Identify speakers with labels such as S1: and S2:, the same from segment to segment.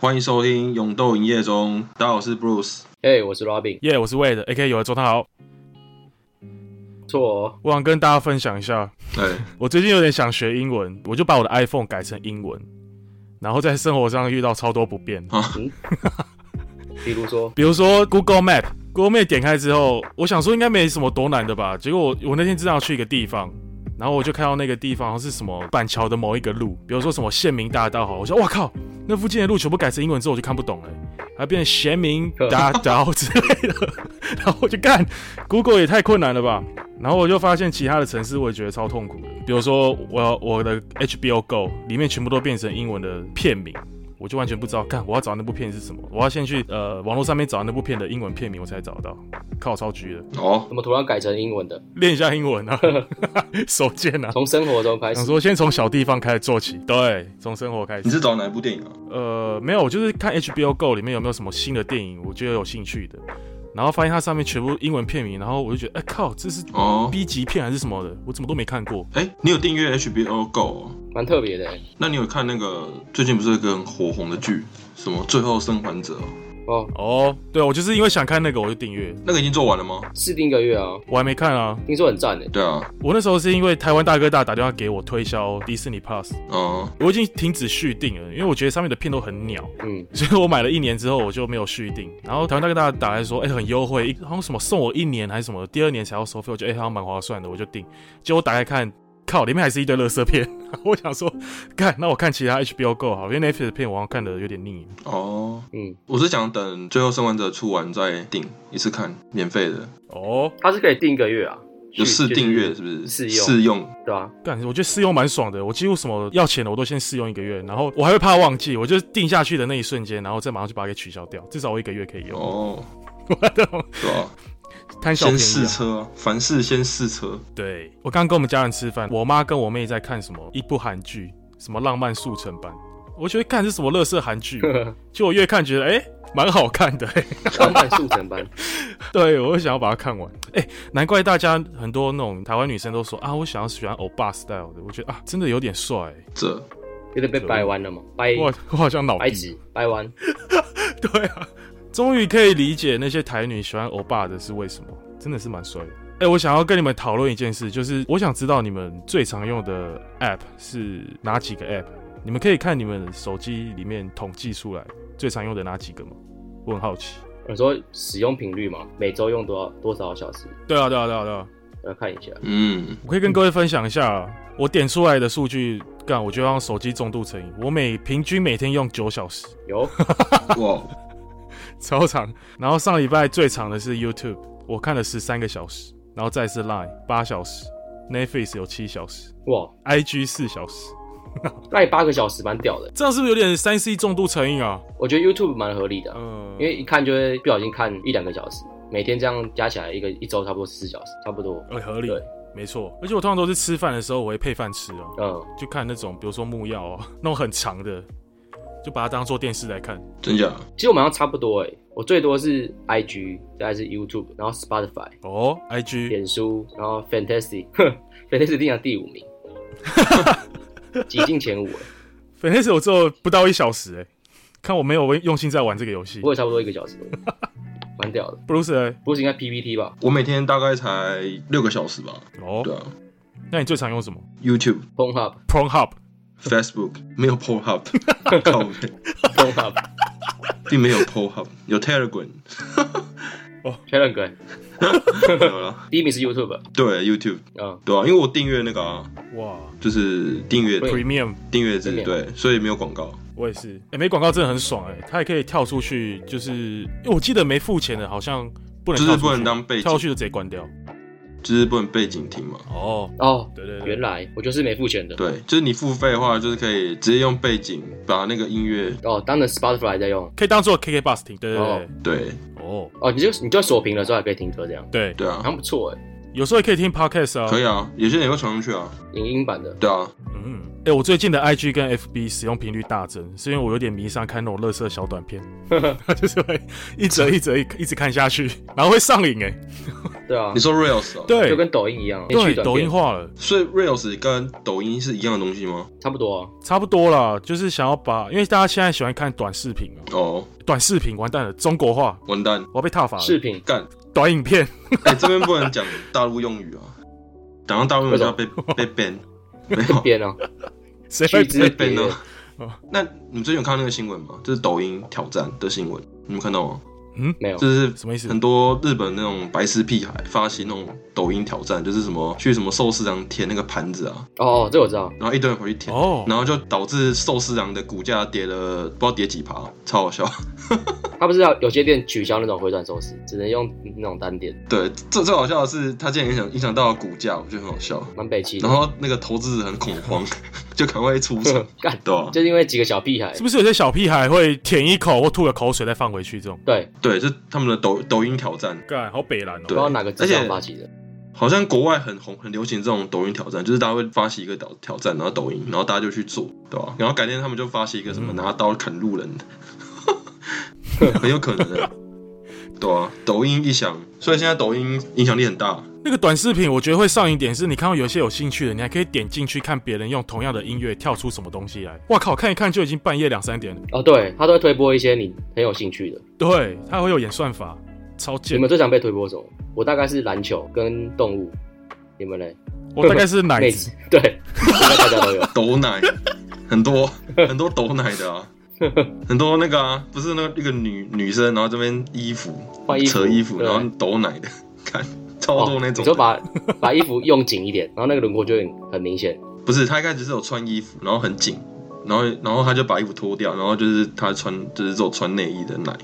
S1: 欢迎收听《勇斗营业中》，大家好，我是 Bruce。
S2: 哎、我是 Robin，
S3: 耶我是 Wade AK 有的周汤豪，
S2: 不错哦，
S3: 我想跟大家分享一下，
S1: 对，
S3: 我最近有点想学英文，我就把我的 iPhone 改成英文，然后在生活上遇到超多不便，
S2: 比如说，
S3: 比如说 Google Map。Google Map 点开之后，我想说应该没什么多难的吧。结果我我那天正要去一个地方，然后我就看到那个地方好像是什么板桥的某一个路，比如说什么县民大道哈，我说哇靠，那附近的路全部改成英文之后我就看不懂了，还变成贤民大道 之类的。然后我就干 Google 也太困难了吧。然后我就发现其他的城市我也觉得超痛苦的，比如说我我的 HBO Go 里面全部都变成英文的片名。我就完全不知道，看我要找那部片是什么，我要先去呃网络上面找那部片的英文片名，我才找到。靠，超绝的，
S1: 哦，
S2: 怎么突然改成英文的？
S3: 练一下 英文啊， 手贱啊！
S2: 从生活中开
S3: 想
S2: 始，
S3: 说先从小地方开始做起，对，从生活开
S1: 你
S3: 始。
S1: 是找哪一部电影啊？
S3: 呃，没有，我就是看 HBO Go 里面有没有什么新的电影，我觉得有兴趣的，然后发现它上面全部英文片名，然后我就觉得，哎、靠，这是
S1: 哦，
S3: B 级片还是什么的，我怎么都没看过。
S1: 哎，你有订阅 HBO Go？、哦、
S2: 蛮特别的欸
S1: 那你有看那个最近不是有一个很火红的剧，什么《最后生还者》哦？
S2: 哦，
S3: 哦，对，我就是因为想看那个，我就订阅，
S1: 那个已经做完了吗？
S2: 试定一个月啊，
S3: 我还没看啊。
S2: 听说很赞欸诶，
S1: 对啊，
S3: 我那时候是因为台湾大哥大打电话给我推销迪士尼 Plus，
S1: 哦，
S3: 我已经停止续订了，因为我觉得上面的片都很鸟，
S2: 嗯，
S3: 所以我买了一年之后我就没有续订。然后台湾大哥大打来说，哎、很优惠，一好像什么送我一年还是什么，第二年才要收费，我觉得哎、好像蛮划算的，我就订。结果我打开看，靠，里面还是一堆垃圾片。 我想说，看，那我看其他 HBO Go 好，因为 Netflix 的片我好像看的有点腻。
S1: 哦，
S2: 嗯，
S1: 我是想等《最后生还者》出完再订一次看，免费的，
S3: 哦，
S2: 它是可以定一个月啊，
S1: 有试
S2: 去
S1: 订阅
S2: 就是
S1: 不是？
S2: 试用
S1: 试用，
S2: 对啊，
S3: 干，我觉得试用蛮爽的。我几乎什么要钱的我都先试用一个月，然后我还会怕忘记，我就定下去的那一瞬间，然后再马上就把它给取消掉，至少我一个月可以用。
S1: 哦，
S3: 我这种
S1: 对啊，
S3: 贪小便
S1: 先试
S3: 宜、啊。
S1: 车啊，凡事先试车。
S3: 对我刚刚跟我们家人吃饭，我妈跟我妹在看什么一部韩剧，什么《浪漫速成班》，我觉得看是什么乐色 韩剧，就我越看觉得哎蛮、好看的、欸，
S2: 浪漫速成班，
S3: 对我想要把它看完。哎、难怪大家很多那种台湾女生都说啊，我想要喜欢欧巴 style 的，我觉得啊真的有点帅、欸，
S1: 这
S2: 有点被掰弯了嘛，掰
S3: 我我好像脑
S2: 掰
S3: 闭。
S2: 直，掰弯，
S3: 对啊，终于可以理解那些台女喜欢欧巴的是为什么，真的是蛮帅的。哎、我想要跟你们讨论一件事，就是我想知道你们最常用的 App 是哪几个 App？你们可以看你们手机里面统计出来最常用的哪几个吗？我很好奇。
S2: 我说使用频率嘛，每周用多少多少小时，
S3: 对啊，对啊，对啊，对啊，
S2: 我来看一下，
S1: 嗯，
S3: 我可以跟各位分享一下啊，我点出来的数据，干，我觉得让手机重度成瘾，我每平均每天用九小时，
S2: 有，
S1: 哇，
S3: 超长。然后上礼拜最长的是 YouTube，我看了十三个小时，然后再是 Line 八小时，Netflix 有七小时
S2: 哇，
S3: ，IG 四小时，
S2: 那你八个小时蛮屌的，
S3: 这样是不是有点三 C 重度成瘾啊？
S2: 我觉得 YouTube 蛮合理的啊，
S3: 嗯，
S2: 因为一看就会不小心看一两个小时，每天这样加起来一个一周差不多十四小时，差不多。
S3: 呃合理
S2: 对，
S3: 没错。而且我通常都是吃饭的时候我会配饭吃啊，
S2: 嗯，
S3: 就看那种比如说木曜啊， 那种很长的，就把它当做电视来看。
S1: 真假？
S2: 其实我们好像差不多诶，我最多是 IG，再来是 YouTube，然后 Spotify、
S3: 哦，IG
S2: 脸书，然后 Fantasy，Fantasy 定上第五 名，挤进前五欸诶，
S3: 粉黑手我只有不到一小时哎、看我没有用心在玩这个游戏
S2: 不。过差不多一个小时多，蛮屌的。
S3: Bruce 欸
S2: 不是应该 PPT 吧？
S1: 我每天大概才六个小时吧。
S3: 哦
S1: 对，啊
S3: 那你最常用什么
S1: ，YouTube、
S2: p o n h u b
S3: ？Pornhub
S1: Facebook 没有 Pornhub，靠北
S2: p o n h u b
S1: 并没有 Pornhub，有 Telegram，
S2: Telegram，
S1: 没有 啦。
S2: 第一名是 YouTube，
S1: 对 YouTube，
S2: 嗯，
S1: 对啊，因为我订阅那个啊，
S3: 哇
S1: 就是订阅
S2: 对
S3: Premium。
S1: 订阅制，
S2: 订阅
S1: 对，所以没有广告。
S3: 我也是，哎、没广告真的很爽哎、它也可以跳出去，就是因为我记得没付钱的，好像不能
S1: 就是
S3: 跳出去
S1: 不能当背景
S3: 跳出去就直接关掉。
S1: 就是不能背景听嘛。
S3: 哦，
S2: 哦，
S3: 对对对，
S2: 原来我就是没付钱的，
S1: 对，就是你付费的话，就是可以直接用背景把那个音乐，
S2: 哦，当成 Spotify 在用，
S3: 可以当做 KK Bus 听，对对对，
S1: 对
S3: 哦，
S2: 哦，你就你就锁屏了之后还可以听歌这样，
S3: 对，
S1: 对
S2: 好
S1: 啊，
S2: 像不错诶，欸
S3: 有时候也可以听 Podcast 啊，
S1: 可
S3: 以，
S1: 以啊，有些人也会传上去啊，
S2: 影音版的。
S1: 对啊，
S3: 嗯，哎、我最近的 IG 跟 FB 使用频率大增，是因为我有点迷上看那种乐色小短片， 就是会一折一折一一直看下去，然后会上瘾哎、
S2: 对啊
S1: 你，说 Rails，哦，
S3: 对
S2: 就跟抖音一样，连续
S3: 对，
S2: 短
S3: 抖
S2: 片
S3: 音化了。
S1: 所以 Rails 跟抖音是一样的东西吗？
S2: 差不多啊。
S3: 差不多啦，就是想要把，因为大家现在喜欢看短视频嘛，
S1: 哦，
S3: 短视频完蛋了，中国化，
S1: 完蛋，
S3: 我要被踏伐了。
S2: 视频
S1: 干！
S3: 短 影片，
S1: 哎、这边不能讲大陆用语啊，讲到大陆用语就要被被 ban，没有
S2: 编啊，
S3: 谁
S2: 去
S3: 会
S2: 之
S1: 被 ban
S2: 别
S1: 了。那你们最近有看到那个新闻吗？就是抖音挑战的新闻，你们看到吗？
S2: 没有
S1: 就，是
S3: 什么意思
S1: 很多日本那种白痴屁孩发起那种抖音挑战，就是什么去什么寿司郎舔那个盘子啊，
S2: 哦，哦这我知道，
S1: 然后一堆人回去舔，
S3: 哦
S1: 然后就导致寿司郎的股价跌了不知道跌几趴，超好笑。
S2: 他不是要有些店取消那种回转寿司，只能用那种单点，
S1: 对，最最好笑的是他竟然影响影响到股价，我觉得很好笑。
S2: 蛮北气的
S1: 然。后那个投资人很恐慌，就赶快出 场，
S2: 干，
S1: 对啊
S2: 就是因为几个小屁孩
S3: 是，不是有些小屁孩会舔一口或吐个口水再放回去这种？
S2: 对，
S1: 对，这是他们的抖抖音挑战，
S3: 干，好北蓝哦、
S2: 不
S1: 对
S2: 知道哪个智
S1: 而
S2: 障
S1: 且
S2: 发起的，
S1: 好像国外很红很流行这种抖音挑战，就是大家会发起一个挑挑战，然后抖音，然后大家就去做，对吧、然后改天他们就发起一个什么
S3: 嗯
S1: 拿刀砍路人的，很有可能的， 对啊，抖音一响，所以现在抖音影响力很大，
S3: 那个短视频，我觉得会上瘾点是，你看到有一些有兴趣的，你还可以点进去看别人用同样的音乐跳出什么东西来。哇靠，看一看就已经半夜两三点了。
S2: 哦，对他都会推播一些你很有兴趣的。
S3: 对，它会有演算法，超
S2: 你
S3: 贱
S2: 们。最想被推播什么？我大概是篮球跟动物，你们嘞？
S3: 我大概是奶
S2: 妹
S3: 子
S2: 子，对，应该大家 都有。
S1: 抖奶很多很多抖奶的 啊。很多那个啊，不是那个一个女女生，然后这边衣服
S2: 换衣服
S1: 扯衣服，
S2: 对
S1: 然后抖奶的， 看超多那
S2: 哦你
S1: 种的。
S2: 说把把衣服用紧一点，然后那个轮廓就很很明显。
S1: 不是，他一开始是有穿衣服，然后很紧，然后然后他就把衣服脱掉，然后就是他穿就是这种穿内衣的奶，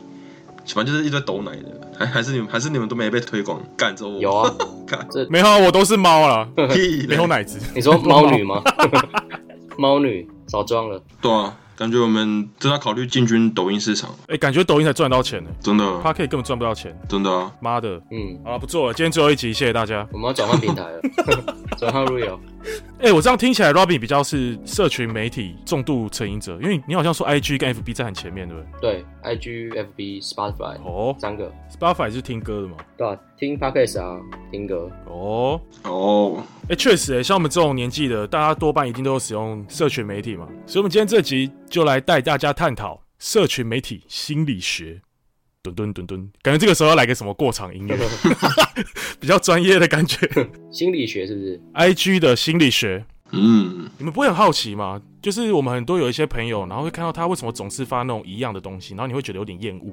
S1: 反正就是一堆抖奶的，还还是你们还是你们都没被推广，干着我
S2: 有啊，
S1: 干
S3: 没有啊，我都是 猫啦，
S1: 屁
S3: 没
S1: 嘞
S3: 有，奶子。
S2: 你说猫 女吗？猫女少装了，
S1: 对啊，感觉我们真的要考虑进军抖音市场，
S3: 哎、感觉抖音才赚到钱呢、
S1: 真的啊
S3: p 可以根本赚不到钱。
S1: 真的啊，
S3: 妈的，
S2: 嗯，
S3: 好了，不做了，今天最后一集，谢谢大家。
S2: 我们要转换平台了， 转换 Real。
S3: 哎、我这样听起来，Robin 比较是社群媒体重度成瘾者，因为你好像说 IG 跟 FB 在很前面，对不对？
S2: 对，IG、FB、Spotify
S3: 哦
S2: 三个，
S3: ，Spotify 是听歌的嘛？
S2: 对吧、听 Podcast 啊，听歌，
S3: 哦，
S1: 哦，
S3: 哎、确实、欸，像我们这种年纪的，大家多半一定都有使用社群媒体嘛，所以我们今天这集就来带大家探讨社群媒体心理学。蹲蹲蹲蹲，感觉这个时候要来个什么过场音乐， 比较专业的感觉。
S2: 心理学是不是？
S3: IG 的心理学，
S1: 嗯，
S3: 你们不会很好奇吗？就是我们很多有一些朋友，然后会看到他为什么总是发那种一样的东西，然后你会觉得有点厌恶，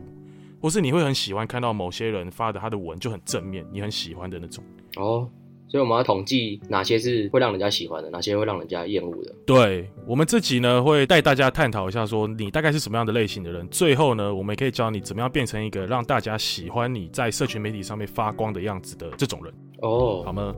S3: 或是你会很喜欢看到某些人发的他的文就很正面，你很喜欢的那种。
S2: 哦，所以我们要统计哪些是会让人家喜欢的，哪些会让人家厌恶的。
S3: 对我们这集呢，会带大家探讨一下，说你大概是什么样的类型的人。最后呢，我们也可以教你怎么样变成一个让大家喜欢你在社群媒体上面发光的样子的这种人，好
S2: 哦，
S3: 吗？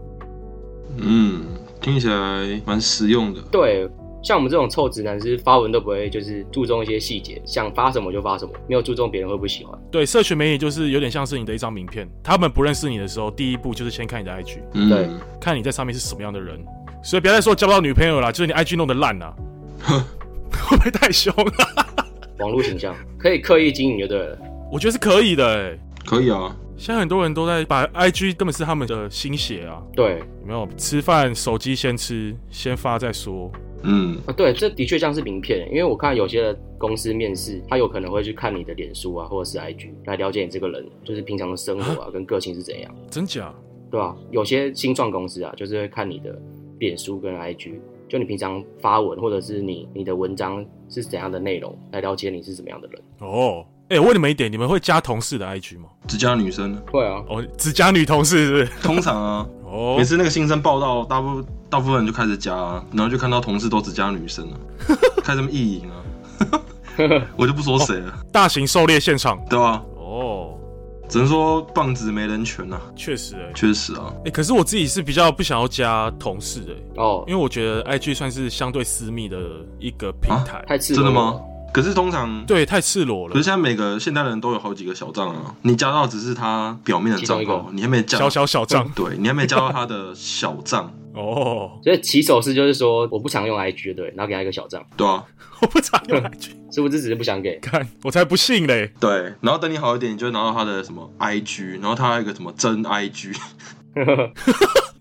S1: 嗯，听起来蛮实用的，
S2: 对，像我们这种臭直男是发文都不会，就是注重一些细节，想发什么就发什么，没有注重别人会不会喜欢。
S3: 对，社群媒体就是有点像是你的一张名片，他们不认识你的时候，第一步就是先看你的 IG，
S2: 对
S1: 嗯，
S3: 看你在上面是什么样的人。所以不要再说交不到女朋友啦，就是你 IG 弄得烂啦， 会不会太凶啊了？
S2: 网络形象可以刻意经营就对了。
S3: 我觉得是可以的、欸。
S1: 可以啊，
S3: 现在很多人都在把 IG 根本是他们的心血啊，
S2: 对
S3: 有没有？吃饭手机先吃，先发再说。
S1: 嗯，
S2: 啊，对，这的确像是名片，因为我看有些的公司面试，他有可能会去看你的脸书啊，或者是 IG 来了解你这个人，就是平常的生活啊，跟个性是怎样，
S3: 真假？
S2: 对吧、有些新创公司啊，就是会看你的脸书跟 IG，就你平常发文或者是你你的文章是怎样的内容，来了解你是什么样的人。
S3: 哦，哎、我问你们一点，你们会加同事的 IG 吗？
S1: 只加女生，
S2: 会啊，
S3: 哦，只加女同事是不是？
S1: 通常啊，
S3: 哦
S1: 每，次那个新生报道，大部大部分人就开始加、啊，然后就看到同事都只加女 生啊，开什么意淫啊，我就不说谁
S2: 哦
S1: 了，
S3: 大型狩猎现场。
S1: 对吧、
S3: 哦，
S1: 只能说棒子没人权啊，
S3: 确实、欸，哎、
S1: 确实啊，
S3: 可是我自己是比较不想要加同事的、欸
S2: 哦
S3: 因为，我觉得 IG 算是相对私密的一个平台。
S2: 啊太刺
S1: 真的
S2: 了
S1: 吗？？可是通常，
S3: 对，太赤裸
S1: 可是
S3: 了，
S1: 现在每个现代人都有好几个小账啊，你加到只是他表面的
S2: 其
S1: 账哦
S2: 中一个
S1: 号，你还没加
S3: 小小小账
S1: 对你还没加到他的小账，
S3: 哦，
S2: 所以起手式就是说我不常用 IG 对，然后给他一个小账，
S1: 对啊，
S3: 我不常用 IG，
S2: 是不是只是不想给？
S3: 看我才不信嘞，
S1: 对，然后等你好一点，你就会拿到他的什么 IG，然后他还有一个什么真 IG，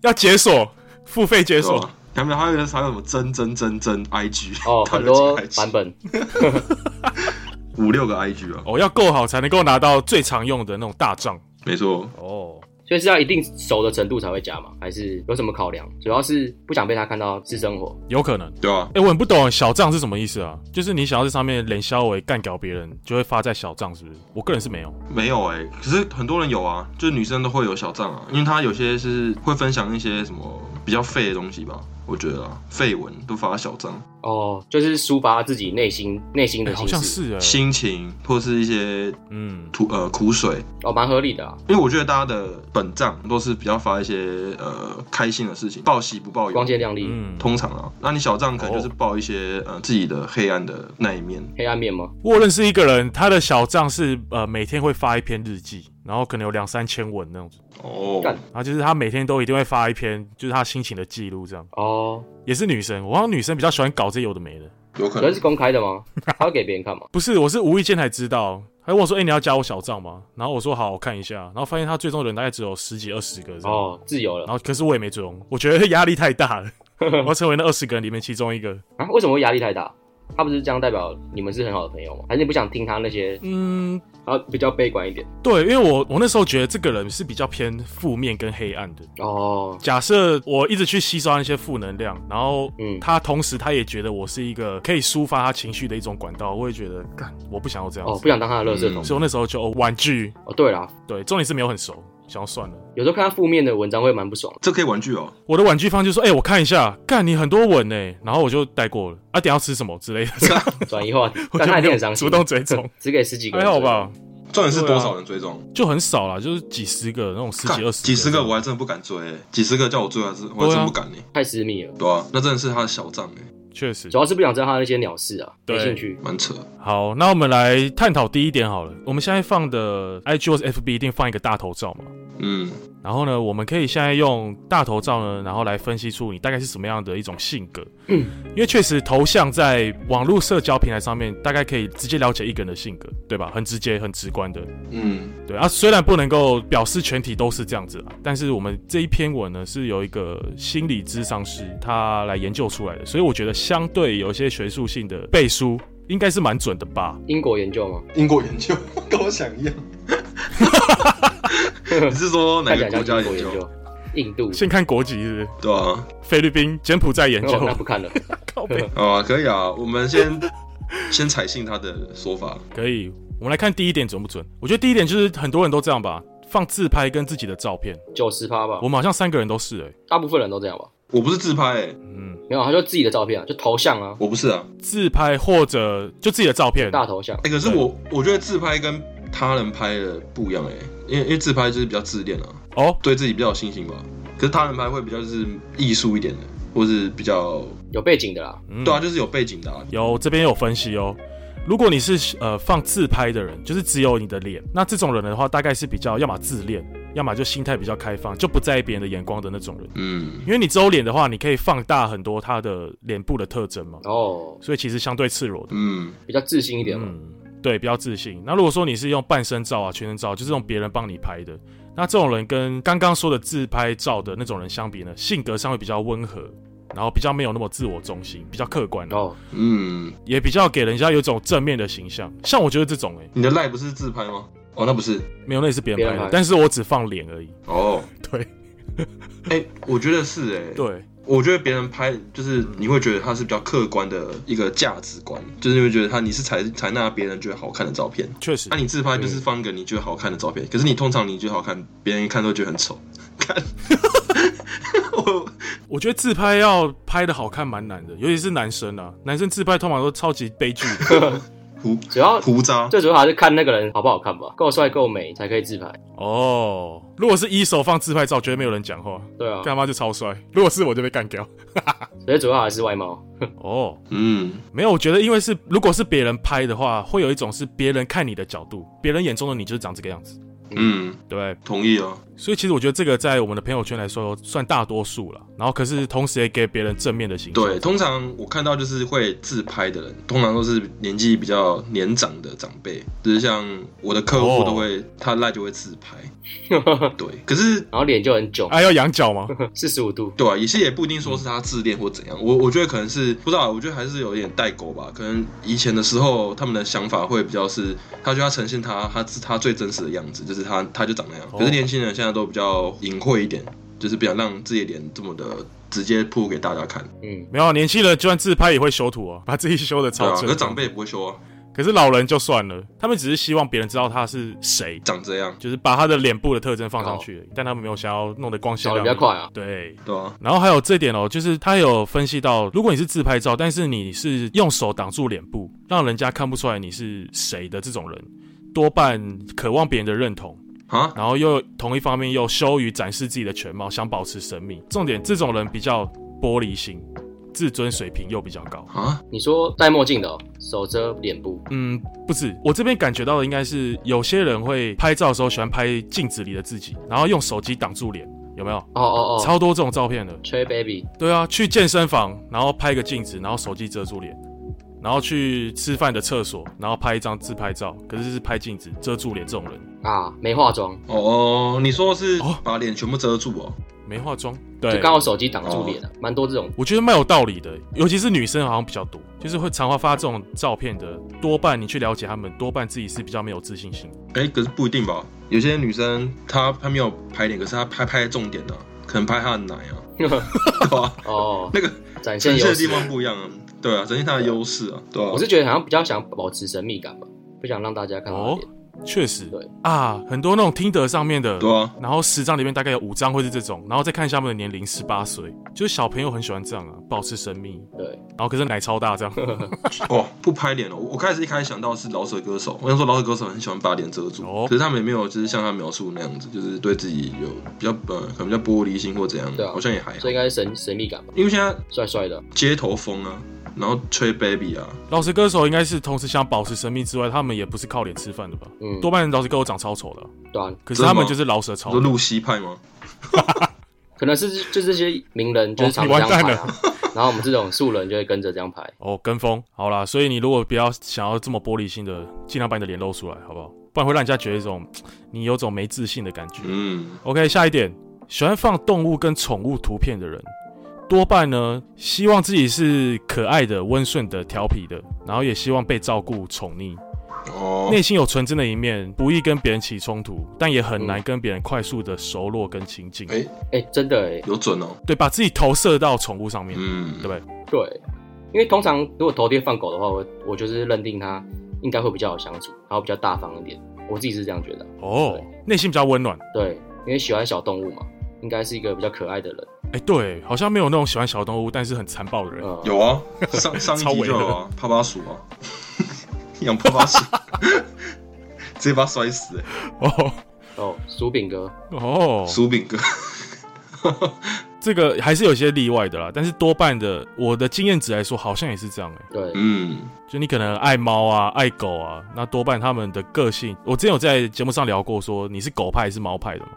S3: 要解锁，付费解
S1: 对
S3: 锁
S1: 吧？还有还有一个还有什么真真真真 IG，
S2: 哦，
S1: 他
S2: 很
S1: 有几
S2: 多
S1: 个 IG
S2: 版本，
S1: 五六个 IG 啊，
S3: 哦，要够好才能够拿到最常用的那种大账
S1: 没错，
S3: 哦。
S2: 所以是要一定熟的程度才会加嘛？还是有什么考量？主要是不想被他看到私生活。
S3: 有可能，
S1: 对啊，
S3: 哎、我很不懂小账是什么意思啊？就是你想要在上面连消为干掉别人，就会发在小账，是不是？我个人是没有。
S1: 没有哎、可是很多人有啊，就是女生都会有小账啊，因为她有些是会分享一些什么比较废的东西吧，我觉得啊，废文都发小账，
S2: 哦，就是抒发自己内心内心
S3: 哎、
S2: 的
S3: 好
S2: 心
S3: 像
S2: 事，
S3: 是哎、
S1: 心情或是一些
S3: 嗯，
S1: 吐呃苦水，
S2: 哦，蛮合理的啊。
S1: 因为我觉得大家的本账都是比较发一些呃开心的事情，报喜不报
S2: 光
S1: 忧。
S2: 鲜哦亮丽，
S3: 嗯，
S1: 通常啊，那你小账可能就是报一些、呃自己的黑暗的那一面，
S2: 黑暗面吗？
S3: 我认识一个人，他的小账是呃每天会发一篇日记，然后可能有两三千文那种，
S1: 哦，
S2: 干
S3: 然后就是他每天都一定会发一篇，就是他心情的记录，这样
S2: 哦，
S3: 也是女生，我好像女生比较喜欢搞这有的没的。
S1: 有可
S2: 可
S1: 能
S2: 是是公开的 吗？他会给别人看吗？
S3: 不是，我是无意间才知道，他问我说：“哎、你要加我小账吗？”然后我说：“好，我看一下。”然后发现他最终人大概只有十几二十个这样。
S2: 哦，自由
S3: 然
S2: 了
S3: 后可是我也没追踪，我觉得压力太大 了，我要成为那二十个人里面其中一个。
S2: 啊？为什么会压力太大？他不是这样代表你们是很好的朋友吗？还是你不想听他那些？
S3: 嗯，
S2: 啊，比较悲观一点。
S3: 对，因为我我那时候觉得这个人是比较偏负面跟黑暗的。
S2: 哦，
S3: 假设我一直去吸收他那些负能量，然后
S2: 嗯
S3: 他同时他也觉得我是一个可以抒发他情绪的一种管道，我也觉得干我不想要这样
S2: 哦，
S3: 子，
S2: 不想当他的垃圾桶。
S3: 所以我那时候就、哦婉拒。
S2: 哦，对啦，
S3: 对，重点是没有很熟，想要算了。
S2: 有时候看他负面的文章会蛮不爽的。
S1: 这可以玩具 哦，
S3: 我的婉拒方就说：“哎、我看一下，干你很多吻呢、然后我就带过了。啊，等一下要吃什么之类的，
S2: 转移话题，
S3: 我
S2: 但
S3: 就
S2: 他一
S3: 没
S2: 定很
S3: 有
S2: 伤心
S3: 主。动追踪，
S2: 只给十几个，
S3: 还好吧？？
S1: 重点是多少人追踪？
S3: 就很少啦，就是几十个那种十
S1: 干
S3: 几二十
S1: 几十
S3: 这
S1: 个
S3: 样
S1: 我还真的不敢追、欸几十个叫我追还是我还
S3: 对啊
S1: 真不敢呢、欸
S2: 太私密了，
S1: 对啊，那真的是他的小账哎、
S3: 确实
S2: 主要是不想知道他那些鸟事啊，
S3: 对
S2: 没兴趣。
S1: 蛮扯。
S3: 好。那我们来探讨第一点好了，我们现在放的 IG 或是 FB 一定放一个大头照嘛。
S1: 嗯，
S3: 然后呢，我们可以现在用大头照呢，然后来分析出你大概是什么样的一种性格。
S2: 嗯，
S3: 因为确实头像在网络社交平台上面，大概可以直接了解一个人的性格，对吧？很直接、很直观的。
S1: 嗯，
S3: 对啊，虽然不能够表示全体都是这样子啊，但是我们这一篇文呢是由一个心理咨商师他来研究出来的，所以我觉得相对有一些学术性的背书，应该是蛮准的 吧？
S2: 英国研究吗？
S1: 英国研究 跟我想一样。你是说哪
S2: 看起
S1: 个
S2: 来
S1: 国
S2: 像
S1: 家
S2: 英国
S1: 研
S2: 研
S1: 究？
S2: 究，印度。
S3: 先看国籍是不是
S1: 对啊，
S3: 菲律宾、柬埔寨研究
S2: 哦，，那不看了。
S3: 靠背
S1: 好啊，可以啊，我们 先先采信他的说法。
S3: 可以。我们来看第一点准不准？我觉得第一点就是很多人都这样吧，放自拍跟自己的照片，
S2: 九十趴吧
S3: 我，们好像三个人都是哎、
S2: 大部分人都这样吧。
S1: 我不是自拍、欸，
S3: 嗯，
S2: 没有，他就自己的照片啊，就头像啊，
S1: 我不是啊。
S3: 自拍或者就自己的照片，
S2: 大头像。
S1: 哎、可是
S3: 对
S1: 我我觉得自拍跟他人拍的不一样哎、因为因为自拍就是比较自恋啊，
S3: 哦，
S1: 对自己比较有信心吧。可是他人拍会比较就是艺术一点的，或是比较
S2: 有背景的啦，
S3: 嗯
S1: 对啊，就是有背景的、啊。
S3: 有这边有分析哦。如果你是呃放自拍的人，就是只有你的脸，那这种人的话，大概是比较要么自恋，要么就心态比较开放，就不在意别人的眼光的那种人。
S1: 嗯，
S3: 因为你只有脸的话，你可以放大很多他的脸部的特征嘛，
S2: 然后
S3: 所以其实相对赤裸的。
S1: 嗯，
S2: 比较自信一点嘛。
S3: 嗯，对，比较自信。那如果说你是用半身照啊、全身照，就是用别人帮你拍的，那这种人跟刚刚说的自拍照的那种人相比呢，性格上会比较温和，然后比较没有那么自我中心，比较客观、啊
S2: 然后
S1: 嗯，
S3: 也比较给人家有一种正面的形象。像我觉得这种、欸，
S1: 你的赖不是自拍吗？哦，那不是
S3: 没有那也是别人
S2: 别
S3: 拍
S2: 人
S3: 的
S2: 拍，
S3: 但是我只放脸 而已。
S1: 哦。
S3: 对
S1: 哎、我觉得是哎、
S3: 对，
S1: 我觉得别人拍就是你会觉得他是比较客观的一个价值观，就是你会觉得他你是采采纳别人觉得好看的照片，
S3: 确实
S1: 那、，啊你自拍就是放一个你觉得好看的照片，可是你通常你觉得好看，别人一看都觉得很丑。 看，我
S3: 我觉得自拍要拍的好看蛮难的，尤其是男生啊，男生自拍通常都超级悲剧的。
S1: 胡
S2: 主要
S1: 胡渣，
S2: 最主要还是看那个人好不好看吧，够帅够美才可以自拍。
S3: 哦，如果是一手放自拍照，绝对没有人讲话，
S2: 对啊，
S3: 干妈就超帅。如果是我就被干掉。
S2: 所以主要还是外貌。
S3: 哦，
S1: 嗯，
S3: 没有，我觉得因为是如果是别人拍的话，会有一种是别人看你的角度，别人眼中的你就是长这个样子。
S1: 嗯，
S3: 对，
S1: 同意啊，
S3: 所以其实我觉得这个在我们的朋友圈来说算大多数了。然后可是同时也给别人正面的形象。
S1: 对，通常我看到就是会自拍的人，通常都是年纪比较年长的长辈，就是像我的客户
S3: 哦
S1: 都会，他赖就会自拍，对，可是。
S2: 然后脸就很囧，
S3: 啊，要养脚吗？
S2: 四十五度。
S1: 对啊，也是也不一定说是他自恋或怎样，我我觉得可能是不知道，啊我觉得还是有一点代沟吧。可能以前的时候，他们的想法会比较是，他觉得他呈现他他自他最真实的样子，就是他他就长那样。
S3: 哦
S1: 可是年轻人现在都比较隐晦一点，就是不想让自己的脸这么的直接铺给大家看，
S2: 嗯，
S3: 没有啊，年轻人就算自拍也会修图哦，把自己修的
S1: 对
S3: 超
S1: 啊。
S3: 正。
S1: 可是长辈也不会说、啊、
S3: 可是老人就算了，他们只是希望别人知道他是谁，
S1: 长这样，
S3: 就是把他的脸部的特征放上去而已，但他们没有想要弄得光鲜
S2: 小的
S3: 亮
S2: 比较
S3: 丽。
S2: 快啊。
S3: 对，
S1: 对啊，
S3: 然后还有这点哦，就是他有分析到，如果你是自拍照，但是你是用手挡住脸部，让人家看不出来你是谁的这种人，多半渴望别人的认同，
S1: 啊，
S3: 然后又同一方面又羞于展示自己的全貌，想保持神秘。重点，这种人比较玻璃心，自尊水平又比较高。
S1: 啊，
S2: 你说戴墨镜的、哦，手遮脸部，
S3: 嗯，不是，我这边感觉到的应该是有些人会拍照的时候喜欢拍镜子里的自己，然后用手机挡住脸，有没有？
S2: 哦哦哦，
S3: 超多这种照片的。
S2: 吹 baby，
S3: 对啊，去健身房，然后拍个镜子，然后手机遮住脸，然后去吃饭的厕所，然后拍一张自拍照，可是是拍镜子遮住脸这种人，
S2: 啊，没化妆，
S1: 哦哦，你说是
S3: 哦
S1: 把脸全部遮住哦？
S3: 没化妆。
S2: 就
S3: 对，
S2: 刚好手机挡住脸了、蛮多这种。
S3: 我觉得蛮有道理的，尤其是女生好像比较多，就是会常会发这种照片的，多半你去了解他们，多半自己是比较没有自信心的。
S1: 哎、可是不一定吧，有些女生她她没有拍脸，可是她拍拍重点啊，可能拍她的奶啊，对吧、
S2: 哦，
S1: 那个
S2: 展现
S1: 呈现
S2: 优
S1: 的地
S2: 势。
S1: 方不一样啊，对啊，展现他的优势啊，对啊。
S2: 我是觉得好像比较想保持神秘感吧，不想让大家看到
S3: 哦
S2: 我的脸。
S3: 确实，
S2: 对
S3: 啊，很多那种听得上面的，
S1: 对啊，
S3: 然后十张里面大概有五张会是这种，然后再看下面的年龄，十八岁，就是小朋友很喜欢这样啊，保持神秘，
S2: 对，
S3: 然后可是奶超大这样，
S1: 哦，不拍脸了。我我开始一开始想到是老舍歌手，我想说老舍歌手很喜欢把脸遮住，
S3: 哦
S1: 可是他们也没有就是像他描述那样子，就是对自己有比较呃可能比较玻璃心或怎样，
S2: 对啊
S1: 好像也还好
S2: 所以。应该是神神秘感吧，
S1: 因为现在
S2: 帅帅的。
S1: 街头风啊，然后吹 baby 啊，
S3: 老实歌手应该是同时想保持神秘之外，他们也不是靠脸吃饭的吧？
S2: 嗯，
S3: 多半老实歌手长超丑的啊、
S2: 对啊，
S3: 可是
S1: 真
S3: 他
S1: 的
S3: 们
S1: 吗
S3: 就是老舌
S1: 你
S3: 超
S1: 说。露西派吗？
S2: 可能是就是这些名人就是常
S3: 哦
S2: 常
S3: 你
S2: 这样
S3: 完蛋
S2: 拍
S3: 了
S2: 啊，然后我们这种素人就会跟着这样拍。
S3: 哦，跟风好啦，所以你如果不要想要这么玻璃心的，尽量把你的脸露出来，好不好？不然会让人家觉得一种你有种没自信的感觉。
S1: 嗯，
S3: OK，下一点，喜欢放动物跟宠物图片的人，多半呢希望自己是可爱的、温顺的、调皮的，然后也希望被照顾、宠溺，
S1: 哦，
S3: 内心有纯真的一面，不易跟别人起冲突，但也很难跟别人快速的熟络跟亲近。
S1: 哎、
S2: 哎、真的哎、
S1: 有准哦，
S3: 对，把自己投射到宠物上面。
S1: 嗯，
S3: 对
S2: 对，因为通常如果头贴放狗的话，我我就是认定它应该会比较好相处，然后比较大方一点，我自己是这样觉得。
S3: 哦，内心比较温暖。
S2: 对，因为喜欢小动物嘛，应该是一个比较可爱的人。
S3: 哎，对，好像没有那种喜欢小动物但是很残暴的人。
S2: 嗯，
S1: 有啊，上上一
S3: 超
S1: 集
S3: 违
S1: 就有啊，趴趴鼠啊， 养趴趴鼠， 直接把它摔死、欸。
S3: 哦
S2: 哦，薯饼哥，
S3: 哦，
S1: 薯饼哥，
S3: 这个还是有些例外的啦，但是多半的我的经验值来说，好像也是这样哎、
S2: 对，
S1: 嗯，
S3: 就你可能爱猫啊，爱狗啊，那多半他们的个性，我之前有在节目上聊过说你是狗派还是猫派的嘛？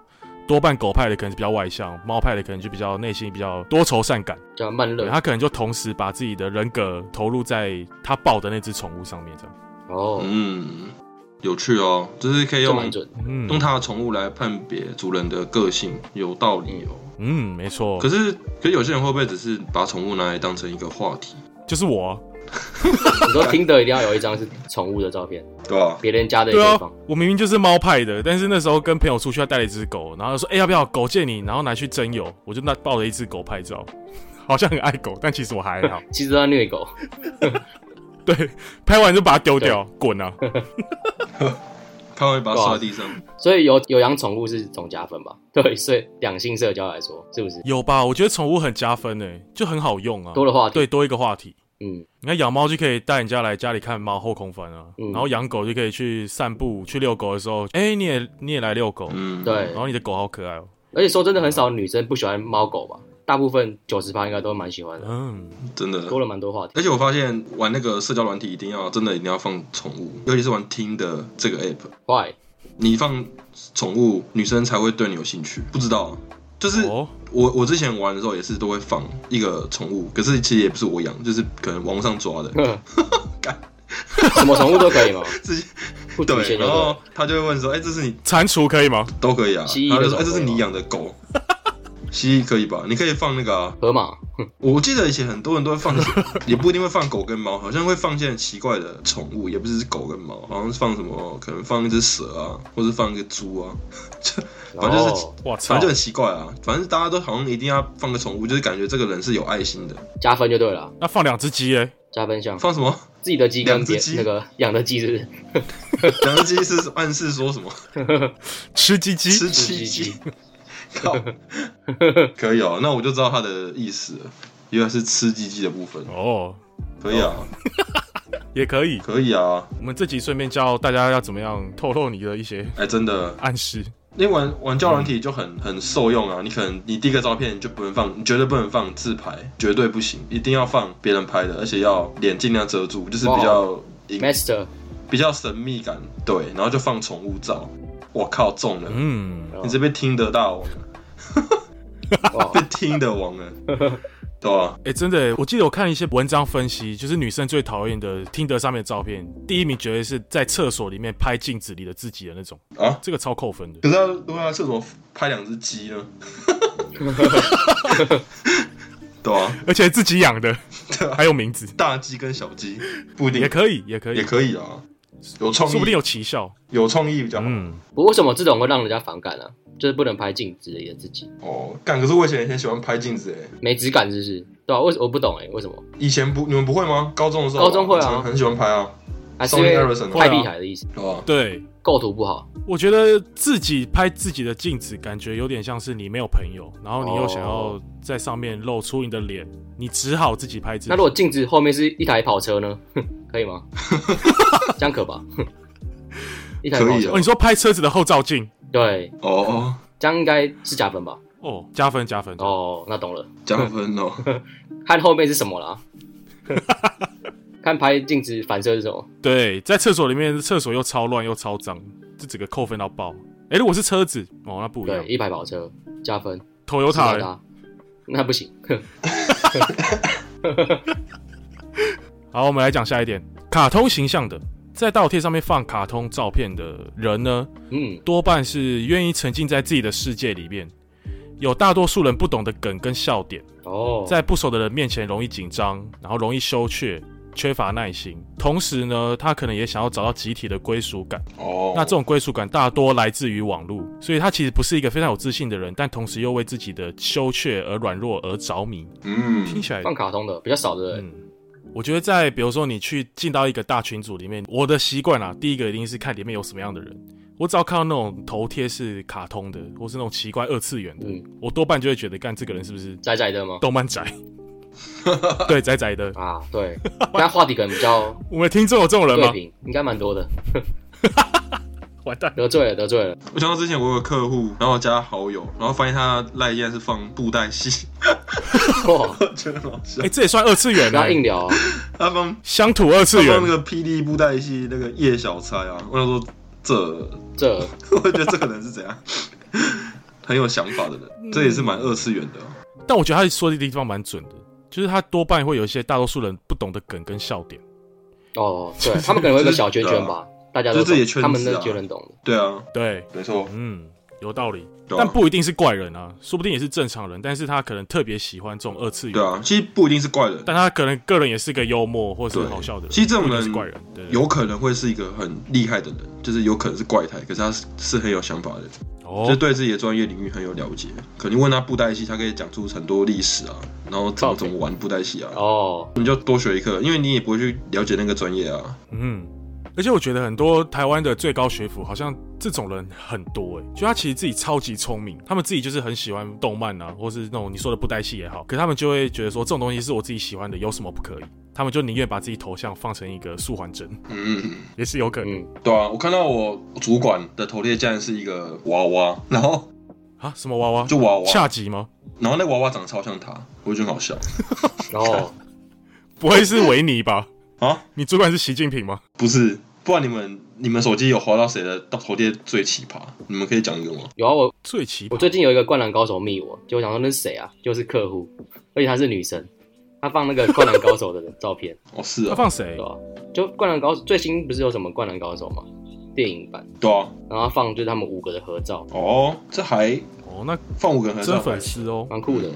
S3: 多半狗派的可能是比较外向，猫派的可能就比较内心比较多愁善感，
S2: 叫慢
S3: 对
S2: 热。
S3: 他可能就同时把自己的人格投入在他抱的那只宠物上面，这样。
S2: 哦，
S1: 嗯，有趣哦，就是可以
S2: 这
S1: 用
S2: 蛮准。
S3: 嗯
S1: 用它的宠物来判别主人的个性，有道理哦。
S3: 嗯，没错
S1: 可，是，可是有些人会不会只是把宠物拿来当成一个话题，
S3: 就是我啊、
S2: 你说听的一定要有一张是宠物的照片，
S1: 对吧、
S2: 别人家的也
S3: 对
S2: 可
S3: 啊
S2: 以放。，
S3: 我明明就是猫派的，但是那时候跟朋友出去，他带了一只狗，然后说：“哎、要不要狗借你？”然后拿去征友，我就那抱了一只狗拍照， 好像很爱狗，但其实我还好。
S2: 其实他虐狗，
S3: 对，拍完就把它丢掉，滚啊！
S1: 他会把它摔在地上。
S2: 所以有有养宠物是总加分吧？对，所以两性社交来说，是不是
S3: 有吧？我觉得宠物很加分诶，就很好用啊。
S2: 多了话题？
S3: 对，多一个话题。
S2: 嗯，
S3: 你看养猫就可以带人家来家里看猫后空翻啊，
S2: 嗯
S3: 然后养狗就可以去散步、去遛狗的时候，哎、你也你也来遛狗，
S1: 嗯，
S2: 对
S3: 然，后你的狗好可爱哦，
S2: 而且说真的，很少女生不喜欢猫狗吧？大部分九十趴应该都蛮喜欢的，
S3: 嗯，
S1: 真的。
S2: 多了蛮多话题。
S1: 而且我发现玩那个社交软体一定要真的一定要放宠物，尤其是玩听的这个 app，
S2: Why？
S1: 你放宠物，女生才会对你有兴趣。不知道，就是
S3: 哦，
S1: 我我之前玩的时候也是都会放一个宠物，可是其实也不是我养，就是可能网上抓的，干
S2: 什么宠物都可以吗？
S1: 自己
S2: 不局
S1: 对，
S2: 限就
S1: 然
S2: 对
S1: 后
S2: 了。
S1: 他就会问说，哎、这是你
S3: 蟾蜍可以吗？
S1: 都可以啊，
S2: 蜥蜴
S1: 然后就说，
S2: 那
S1: 哎、
S2: 种
S1: 这是
S2: 可以
S1: 你
S2: 吗
S1: 养的狗， 蜥蜴可以吧？你可以放那个啊，
S2: 河马，
S1: 我记得以前很多人都会放， 也不一定会放狗跟猫，好像会放一些很奇怪的宠物，也不是狗跟猫，好像是放什么，可能放一只蛇啊，或是放一个猪啊，反正就是
S2: 哦
S3: 我
S1: 反
S3: 操
S1: 正就，很奇怪啊。反正大家都好像一定要放个宠物，就是感觉这个人是有爱心的。
S2: 加分就对了，
S3: 那放两只鸡哎，
S2: 加分项。
S1: 放什么？
S2: 自己的鸡跟
S1: 两只
S2: 别
S1: 鸡
S2: 那个养的鸡是不是？
S1: 两只鸡是暗示说什么？
S3: 吃鸡鸡，
S1: 吃
S2: 吃
S1: 鸡
S2: 鸡
S1: 鸡。 靠，可以哦，那我就知道它的意思了，原来是吃鸡鸡的部分。
S3: 哦，
S1: 可以啊，
S3: 也可以。
S1: 可以啊，
S3: 我们这集顺便教大家要怎么样透露你的一些
S1: 哎、真的，
S3: 暗示。
S1: 因为玩玩交友软体就很很受用啊。你可能你第一个照片你就不能放，你绝对不能放自拍，绝对不行，一定要放别人拍的，而且要脸尽量遮住，就是比较隐、
S2: Master
S1: 比较神秘感。对，然后就放宠物照。我靠，中了！
S3: 嗯，
S1: 你这边听得大王 了，
S2: 哇
S1: 被听的王了，对啊吧、
S3: 哎、真的耶，我记得我看一些文章分析，就是女生最讨厌的听得上面的照片，第一名绝对是在厕所里面拍镜子里的自己的那种，
S1: 啊？啊，
S3: 这个超扣分的。
S1: 可是他如果他厕所拍两只鸡呢？对啊，
S3: 而且自己 养的，还有名字，
S1: 大鸡跟小鸡不一定
S3: 也可以，也可以，
S1: 也可以啊，有创
S3: 说不定
S1: 意，
S3: 有奇效。
S1: 有创意比较好。
S3: 嗯，
S2: 不过为什么这种会让人家反感啊？就是不能拍镜子里的自己，
S1: 哦，干！可是我以前也很喜欢拍镜子诶，
S2: 没质感是不是？对啊，为什我不懂哎、为什么？
S1: 以前不你们不会吗？高中的时候，
S2: 高中会啊
S1: 很很喜欢拍啊，
S2: 还是因为
S1: Sony Ericsson
S2: 太
S3: 啊
S2: 厉害的意思，
S1: 对啊吧？
S3: 对，
S2: 构图不好。
S3: 我觉得自己拍自己的镜子，感觉有点像是你没有朋友，然后你又想要
S2: 哦
S3: 在上面露出你的脸，你只好自己拍自己。
S2: 那如果镜子后面是一台跑车呢？ 可以吗？这样可吧？ 一台跑
S1: 可以
S2: 车，
S1: 哦
S3: 哦，你说拍车子的后照镜，
S2: 对，
S1: 哦哦，
S2: 这样应该是加分吧？
S3: 哦，加分加分。哦，
S2: 哦，那懂了，
S1: 加分 哦，
S2: 看后面是什么啦。看拍镜子反射是什么？
S3: 对，在厕所里面，厕所又超乱又超脏，这整个扣分到爆。哎、如果是车子，哦，那不一样
S2: 对，。一排跑车加分。
S3: Toyota
S2: 是啊
S3: 嘞
S2: 他，那不行。
S3: 好，我们来讲下一点，卡通形象的，在倒贴上面放卡通照片的人呢，
S2: 嗯，
S3: 多半是愿意沉浸在自己的世界里面，有大多数人不懂的梗跟笑点，
S2: 哦，
S3: 在不熟的人面前容易紧张，然后容易羞怯，缺乏耐心。同时呢，他可能也想要找到集体的归属感，
S1: 哦，
S3: 那这种归属感大多来自于网络，所以他其实不是一个非常有自信的人，但同时又为自己的羞怯而软弱而着迷。听
S1: 嗯，
S3: 起来
S2: 放卡通的比较少的，
S3: 嗯，我觉得在比如说你去进到一个大群组里面，我的习惯啊，第一个一定是看里面有什么样的人。我只要看到那种头贴是卡通的，或是那种奇怪二次元的，
S2: 嗯
S3: 我多半就会觉得，干这个人是不是
S2: 窄窄的吗？
S3: 动 漫宅？对，宅宅的。
S2: 啊，对，那话题可能比较
S3: 我们听众有这种人
S2: 对
S3: 吗？
S2: 平，应该蛮多的。
S3: 完蛋，
S2: 得罪了，得罪了，
S1: 我想到之前我有个客户，然后我加他好友，然后发现他赖依然是放布袋戏，
S2: 哇，
S1: 我觉得很好笑
S3: 哎、，这也算二次元
S2: 不要
S3: 啊，
S2: 硬聊啊！
S1: 他放
S3: 乡土二
S1: 他
S3: 次元
S1: 放那。个霹雳布袋戏那个叶小钗啊，我想说这
S2: 这
S1: 我觉得这个人是怎样很有想法的人，这也是蛮二次元的哦。
S3: 但我觉得他说的地方蛮准的，就是他多半会有一些大多数人不懂的梗跟笑点。
S2: 哦，对他们可能会有个小圈 圈吧，大家都
S1: 就自己的圈子啊
S2: 懂他们那圈人懂的。
S1: 对啊，
S3: 对，
S1: 没错，
S3: 嗯，有道理。
S1: 对
S3: 但
S1: 啊，
S3: 不一定是怪人啊，说不定也是正常人，但是他可能特别喜欢这种二次元，
S1: 对啊，其实不一定是怪人，
S3: 但他可能个人也是个幽默或是
S1: 对
S3: 好笑的人，
S1: 其实这种
S3: 不一定
S1: 人
S3: 是怪人，对对
S1: 有可能会是一个很厉害的人，就是有可能是怪胎，可是他是是很有想法的人，就是
S3: 哦，
S1: 对自己的专业领域很有了解。可能问他布袋戏，他可以讲出很多历史啊，然后怎么
S2: Okay
S1: 怎么玩布袋戏啊，
S2: 哦，
S1: 你就多学一课，因为你也不会去了解那个专业啊。
S3: 嗯。而且我觉得很多台湾的最高学府好像这种人很多哎、就他其实自己超级聪明，他们自己就是很喜欢动漫啊，或是那种你说的布袋戏也好，可他们就会觉得说这种东西是我自己喜欢的，有什么不可以？他们就宁愿把自己头像放成一个素环针，
S1: 嗯，
S3: 也是有可能
S2: 嗯，
S1: 对啊，我看到我主管的头贴竟然是一个娃娃，然后
S3: 啊。什么娃啊娃？
S1: 就娃娃，
S3: 下集吗？
S1: 然后那娃娃长得超像他，我觉得很好笑
S2: 然后
S3: 不会是维尼吧？
S1: 啊。
S3: 你主管是习近平吗？
S1: 不是，不然你们你们手机有滑到谁的头贴最奇葩？你们可以讲一个吗？
S2: 有啊，我
S3: 最奇
S2: 我
S3: 葩
S2: 最近有一个灌篮高手密我，就我想说那是谁啊？就是客户，而且她是女生，她放那个灌篮高手的照片，
S1: 哦，是
S3: 他
S1: 啊，
S3: 放
S2: 对
S3: 谁？
S2: 吧、就灌篮高手最新不是有什么灌篮高手吗？电影版，
S1: 对啊，
S2: 然后她放就是他们五个的合照，
S1: 哦，这还
S3: 哦，那
S1: 放五个人合
S3: 真
S1: 照，
S3: 粉丝哦，
S2: 蛮酷的。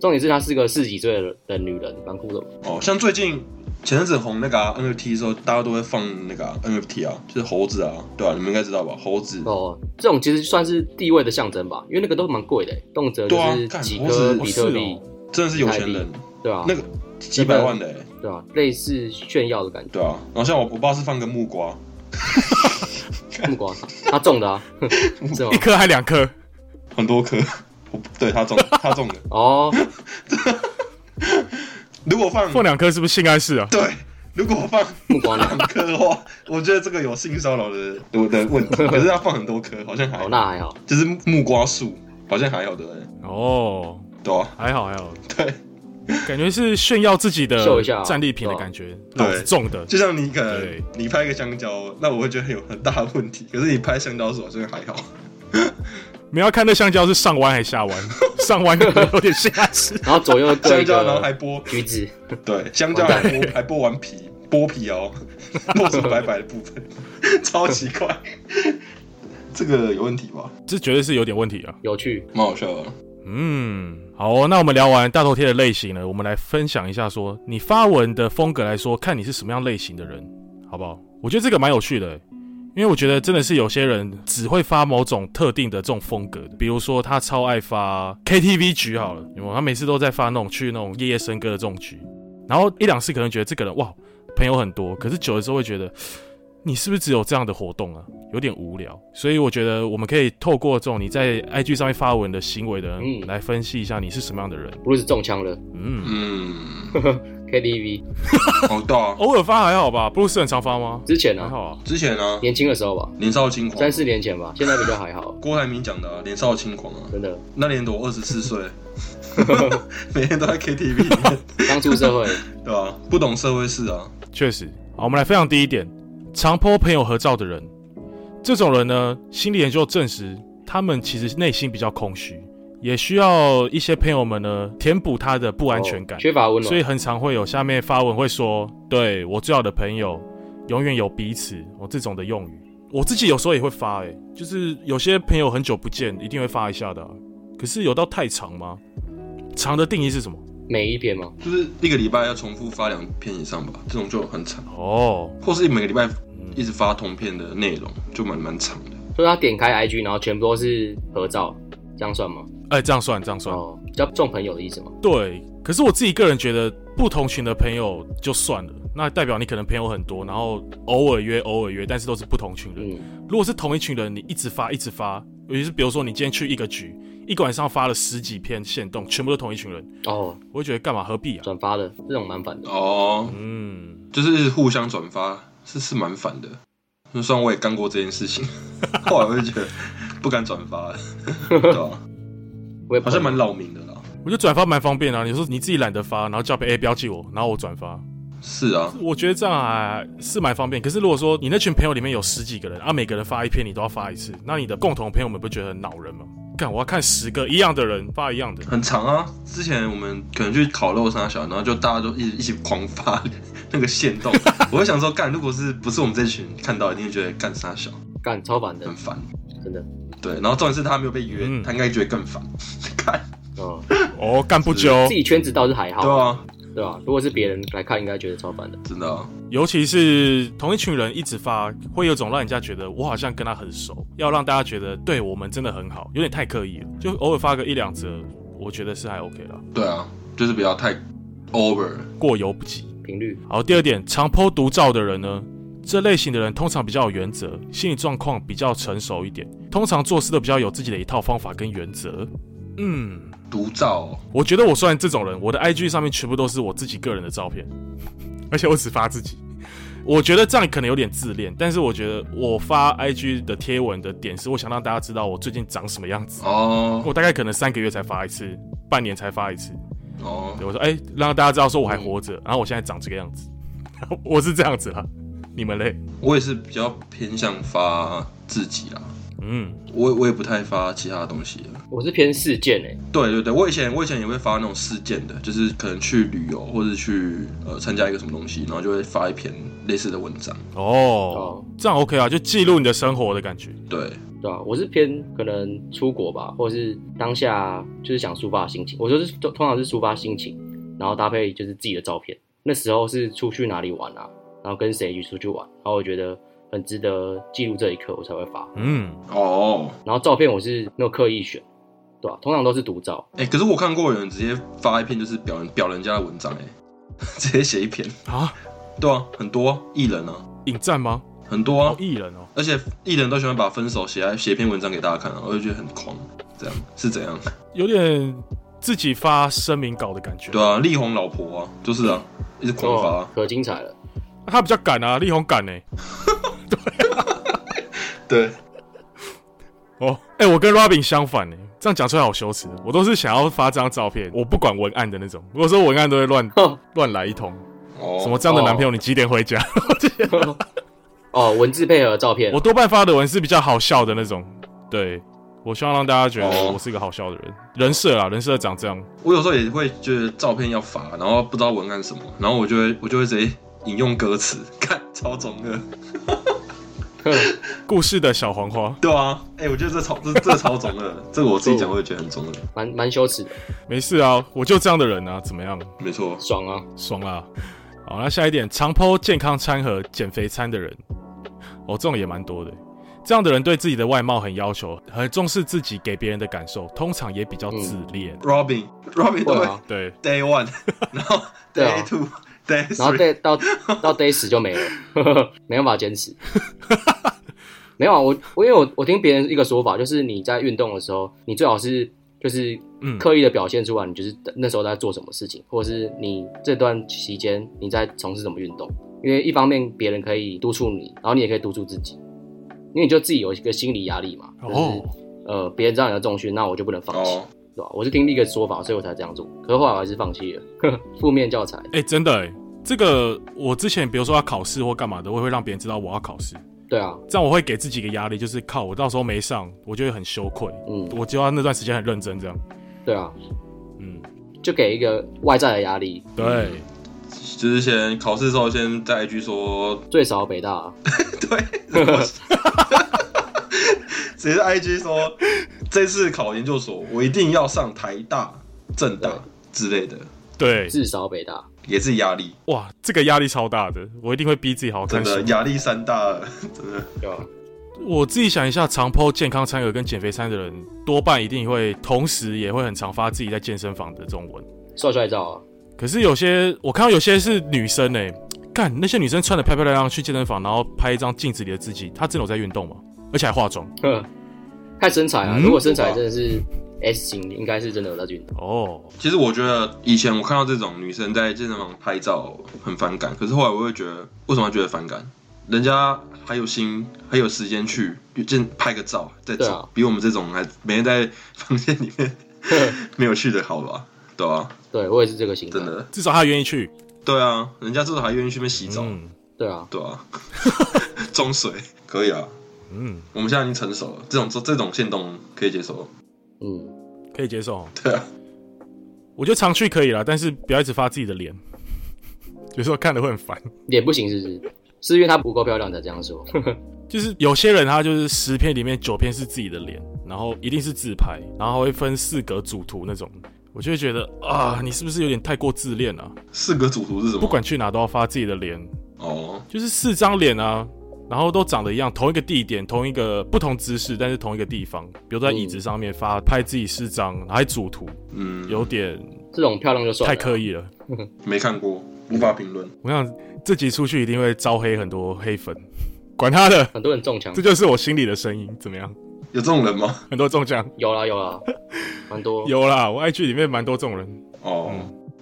S2: 重点是她是个四十几岁的的女人，蛮酷的。
S1: 哦，像最近前阵子很红那个、啊、NFT 的时候，大家都会放那个、啊、NFT 啊，就是猴子啊，对啊，你们应该知道吧？猴子，
S2: 哦，这种其实算是地位的象征吧，因为那个都蛮贵的，欸动辄就
S1: 对啊
S2: 是
S1: 干
S2: 几
S1: 猴子哦
S2: 颗比特币，
S1: 真的是有钱人，
S2: 对啊，
S1: 那个几百万的、欸，
S2: 对啊，类似炫耀的感觉。
S1: 对啊。然后像我我爸是放个木瓜，
S2: 木瓜，他中的啊，是吗
S3: 一？颗还两颗？
S1: 很多颗，我对他中他中的。
S2: 哦，
S1: 如果放
S3: 放两颗是不是性暗示啊？
S1: 对，如果放
S2: 木瓜呢？
S1: 两颗的话，我觉得这个有性骚扰的我的问题。可是要放很多颗，好像还
S2: 哦，那还好。
S1: 就是木瓜树，好像还好的、欸，
S3: 哦，
S1: 对啊，
S3: 还好还好，
S1: 对。
S3: 感觉是炫耀自己的
S2: 秀一下啊
S3: 战利品的感觉，老子中的。
S1: 就像你可
S3: 对
S1: 能你拍一个香蕉，那我会觉得有很大的问题。可是你拍香蕉手好像还好，
S3: 你要看那香蕉是上弯还下弯，上弯可能有点性 暗示。
S2: 然后左右各
S1: 香
S2: 一
S1: 蕉然后还
S2: 个
S1: 剥，
S2: 橘子，
S1: 对，香蕉还剥还剥完皮，剥皮哦，露出白白的部分， 超奇怪。这个有问题吧？
S3: 这绝对是有点问题啊。
S2: 有趣。
S1: 蛮好笑的。
S3: 嗯，好哦、那我们聊完大头贴的类型了，我们来分享一下说，你发文的风格来说，看你是什么样类型的人，好不好？我觉得这个蛮有趣的、因为我觉得真的是有些人只会发某种特定的这种风格的，比如说他超爱发 KTV 局好了，有没有？他每次都在发那种去那种夜夜笙歌的这种局，然后一两次可能觉得这个人哇朋友很多，可是久了之后会觉得你是不是只有这样的活动啊？有点无聊，所以我觉得我们可以透过这种你在 IG 上面发文的行为的，
S2: 嗯
S3: 来分析一下你是什么样的人。
S2: 不 u 是中枪了
S3: 嗯，
S1: 嗯，
S2: ，KTV
S1: 好大、啊。
S3: 偶尔发还好吧，不是很常发吗？
S2: 之前
S3: 还
S2: 呢，
S3: 好啊，
S1: 之前呢、啊，
S2: 年轻的时候吧，
S1: 年少轻狂
S2: 三，四年前吧，现在比较还好，
S1: 郭台铭讲的、啊、年少轻狂啊，
S2: 真的。
S1: 那年的我二十四岁，每天都在 KTV 里面，
S2: 刚出社会，
S1: 对吧、不懂社会事啊，
S3: 确实。好，我们来分享第一点，常 po 朋友合照的人，这种人呢，心理研究证实，他们其实内心比较空虚，也需要一些朋友们呢填补他的不安全感。
S2: 哦缺乏温
S3: 所以
S2: 暖，
S3: 很常会有下面发文会说，对我最好的朋友永远有彼此，我这种的用语，我自己有时候也会发、欸，就是有些朋友很久不见，一定会发一下的啊、可是有到太长吗？长的定义是什么？
S2: 每一篇嘛，
S1: 就是一个礼拜要重复发两篇以上吧，这种就很惨，
S3: 哦，
S1: 或是每个礼拜
S3: 嗯
S1: 一直发同片的内容，就蛮蛮长的。
S2: 所以他点开 IG，然后全部都是合照，这样算吗？
S3: 哎、这样算，这样算，
S2: 哦，比较重朋友的意思吗？
S3: 对。可是我自己个人觉得，不同群的朋友就算了，那代表你可能朋友很多，然后偶尔约，偶尔约，但是都是不同群人。
S2: 嗯，
S3: 如果是同一群人，你一直发一直发，尤其是比如说你今天去一个局，一个晚上发了十几篇线动，全部都同一群人，
S2: 哦，
S3: 我会觉得干嘛何必啊？
S2: 转发的这种蛮烦的，
S1: 哦，
S3: 嗯，
S1: 就是互相转发，是是蛮烦的。那虽然我也干过这件事情， 后来我就觉得不敢转发了， 对吧、
S2: 我也不
S1: 好像蛮扰民的啦。
S3: 我觉得转发蛮方便啊。你说你自己懒得发，然后叫别人 A 标记我，然后我转发，
S1: 是啊，
S3: 我觉得这样还是蛮方便。可是如果说你那群朋友里面有十几个人，啊，每个人发一篇，你都要发一次，那你的共同朋友们不觉得很恼人吗？干，我要看十个一样的人发一样的，
S1: 很长啊。之前我们可能去烤肉啥小，然后就大家都一直一起狂发 那个线动，我就想说，干，如果是不是我们这群看到，一定会觉得干啥小
S2: 干超烦的
S1: 很，烦。
S2: 真的，
S1: 对，然后重点是他没有被约，
S3: 嗯
S1: 他应该觉得更烦。看，
S2: 哦，
S3: 哦，干不久
S2: 自，己圈子倒是还好，
S1: 对啊，
S2: 对吧？如果是别人来看，应该觉得超烦的，
S1: 真的啊、
S3: 尤其是同一群人一直发，会有种让人家觉得我好像跟他很熟，要让大家觉得对我们真的很好，有点太刻意了。就偶尔发个一两则，我觉得是还 OK 了，
S1: 对啊，就是不要太 over。
S3: 过犹不及。
S2: 频率
S3: 好，第二点，常剖独照的人呢，这类型的人通常比较有原则，心理状况比较成熟一点，通常做事都比较有自己的一套方法跟原则。嗯，
S1: 独照哦、
S3: 我觉得我算这种人，我的 IG 上面全部都是我自己个人的照片， 而且我只发自己。我觉得这样可能有点自恋，但是我觉得我发 IG 的贴文的点是，我想让大家知道我最近长什么样子。
S1: 哦
S3: 我大概可能三个月才发一次，半年才发一次。
S1: 哦
S3: 对，我说，哎、让大家知道说我还
S1: 嗯
S3: 活着，然后我现在长这个样子， 我是这样子啦。你们嘞？
S1: 我也是比较偏向发自己啦，
S3: 嗯，
S1: 我我也不太发其他东西了。
S2: 我是偏事件诶、欸
S1: 对对对，我以前我以前也会发那种事件的，就是可能去旅游或者去呃参加一个什么东西，然后就会发一篇类似的文章。
S3: 哦，
S2: 哦
S3: 这样 OK 啊，就记录你的生活的感觉。
S1: 对，
S2: 对啊，我是偏可能出国吧，或者是当下就是想抒发心情。我就是通通常是抒发心情，然后搭配就是自己的照片。那时候是出去哪里玩啊，然后跟谁一起出去玩，然后我觉得很值得记录这一刻，我才会发。
S3: 嗯，
S1: 哦，
S2: 然后照片我是没有刻意选，对吧、通常都是独照，
S1: 哎、可是我看过有人直接发一篇就是表人表人家的文章、哎， 直接写一篇。
S3: 啊，
S1: 对啊，很多啊艺人啊，
S3: 引战吗？
S1: 很多啊
S3: 哦，，艺人哦，
S1: 而且艺人都喜欢把分手写在写篇文章给大家看啊，我就觉得很狂。这样是怎样？
S3: 有点自己发声明稿的感觉。
S1: 对啊，力宏老婆啊，就是啊，一直狂发、
S2: 哦，可精彩了。
S3: 他比较敢啊，力宏敢呢、
S1: 对，
S3: 哦，哎、我跟 Robin 相反呢、这样讲出来好羞耻。我都是想要发这张照片，我不管文案的那种。如果说文案都会乱乱来一通，
S1: 哦，
S3: 什么这样的男朋友你几点回家？
S2: 哦，文字配合照片
S3: 我，多半发的文是比较好笑的那种。对，我希望让大家觉得
S1: 哦
S3: 我是一个好笑的人，人设啊，人设长这样。
S1: 我有时候也会觉得照片要发，然后不知道文案什么，然后我就会我就会直接引用歌词， 看超中二，
S2: 哼
S3: 故事的小黄花，
S1: 对啊，哎、我觉得这超这这超中 二，这个我自己讲我也觉得很中二，
S2: 蛮蛮羞耻的，
S3: 没事啊，我就这样的人啊，怎么样？
S1: 没错，
S2: 爽 啊！
S3: 爽啦！好，那下一点，常剖健康餐和减肥餐的人，哦，这种也蛮多的。这样的人对自己的外貌很要求，很重视自己给别人的感受，通常也比较自恋。
S1: Robin Robin 都
S2: 会
S1: 会
S2: 啊，
S3: 对，
S1: Day One，然 后
S2: 对啊
S1: Day Two。Day
S2: 然后
S1: three，
S2: day 到到 day 十就没了， 没办法坚持。 没有啊，我我因为我我听别人一个说法，就是你在运动的时候，你最好是就是
S3: 嗯
S2: 刻意的表现出来，你就是那时候在做什么事情，或者是你这段期间你在从事什么运动。因为一方面别人可以督促你，然后你也可以督促自己，因为你就自己有一个心理压力嘛，就是、
S3: 哦
S2: 呃别人知道你的重训，那我就不能放弃，
S1: 哦，
S2: 对吧、我是听另一个说法，所以我才这样做，可是后来我还是放弃了， 负面教材。
S3: 哎、真的哎、这个我之前比如说要考试或干嘛的，我也会让别人知道我要考试，
S2: 对啊，
S3: 这样我会给自己一个压力，就是靠我到时候没上，我就会很羞愧，
S2: 嗯，
S3: 我就要那段时间很认真这样。
S2: 对啊，
S3: 嗯，
S2: 就给一个外在的压力，
S3: 对，
S1: 就是先考试的时候先在 IG 说，
S2: 最少北 大，
S1: 对， 直接在 IG 说，这次考研究所我一定要上台大、政大之类的，
S3: 对，
S2: 至少北大，
S1: 也是压力。
S3: 哇，这个压力超大的，我一定会逼自己好好
S1: 真
S3: 看
S1: 的
S3: 书。
S1: 压力山大，真的
S2: 对
S3: 啊
S2: 吧？
S3: 我自己想一下，常剖健康餐盒跟减肥餐的人，多半一定会同时也会很常发自己在健身房的这种文。
S2: 帅帅照啊，
S3: 可是有些我看到有些是女生哎、干那些女生穿的漂漂亮亮去健身房，然后拍一张镜子里的自己，她真的有在运动吗？而且还化妆
S2: 呵 看身材啊，
S3: 嗯
S2: 如果身材真的是 S 型，应该是真的有在运动。
S3: 哦，
S1: 其实我觉得以前我看到这种女生在健身房拍照很反感，可是后来我会觉得，为什么要觉得反感？人家还有心，还有时间去健拍个照再
S2: 对
S1: 走，
S2: 啊
S1: 比我们这种还每天在房间里面 没有去的好吧？对啊，
S2: 对啊我也是这个心态
S1: 真，的，
S3: 至少她愿意去。
S1: 对啊，人家至少还愿意去那边洗澡，
S3: 嗯
S2: 对啊，
S1: 对啊， 中水可以啊，
S3: 嗯，
S1: 我们现在已经成熟了，这种这这种线动可以接受，
S2: 嗯，
S3: 可以接受。
S1: 对啊，
S3: 我觉得常去可以啦，但是不要一直发自己的脸， 有时候看的会很烦。
S2: 脸不行是不是？是因为她不够漂亮才这样 说，
S3: 就是有些人他就是十篇里面九篇是自己的脸，然后一定是自拍，然后还会分四格主图那种，我就会觉得啊，你是不是有点太过自恋了、啊
S1: 四个主图是什么？
S3: 不管去哪都要发自己的脸，
S1: 哦，
S3: 就是四张脸啊，然后都长得一样，同一个地点，同一个不同姿势，但是同一个地方，比如在椅子上面发拍自己四张，然后还主图，
S1: 嗯，
S3: 有点
S2: 这种漂亮
S1: 啊
S2: 就算
S3: 太
S2: 了，
S3: 刻意了。
S1: 没看过，无法评论。
S3: 我想这集出去一定会招黑很多黑粉， 管他的，
S2: 很多人中枪
S3: 这，就是我心里的声音，怎么样？
S1: 有这种人吗？
S3: 很多中奖。
S2: 有啦有啦，蛮多，
S3: 有啦，我 IG 里面蛮多这种人。
S2: 嗯
S1: 哦，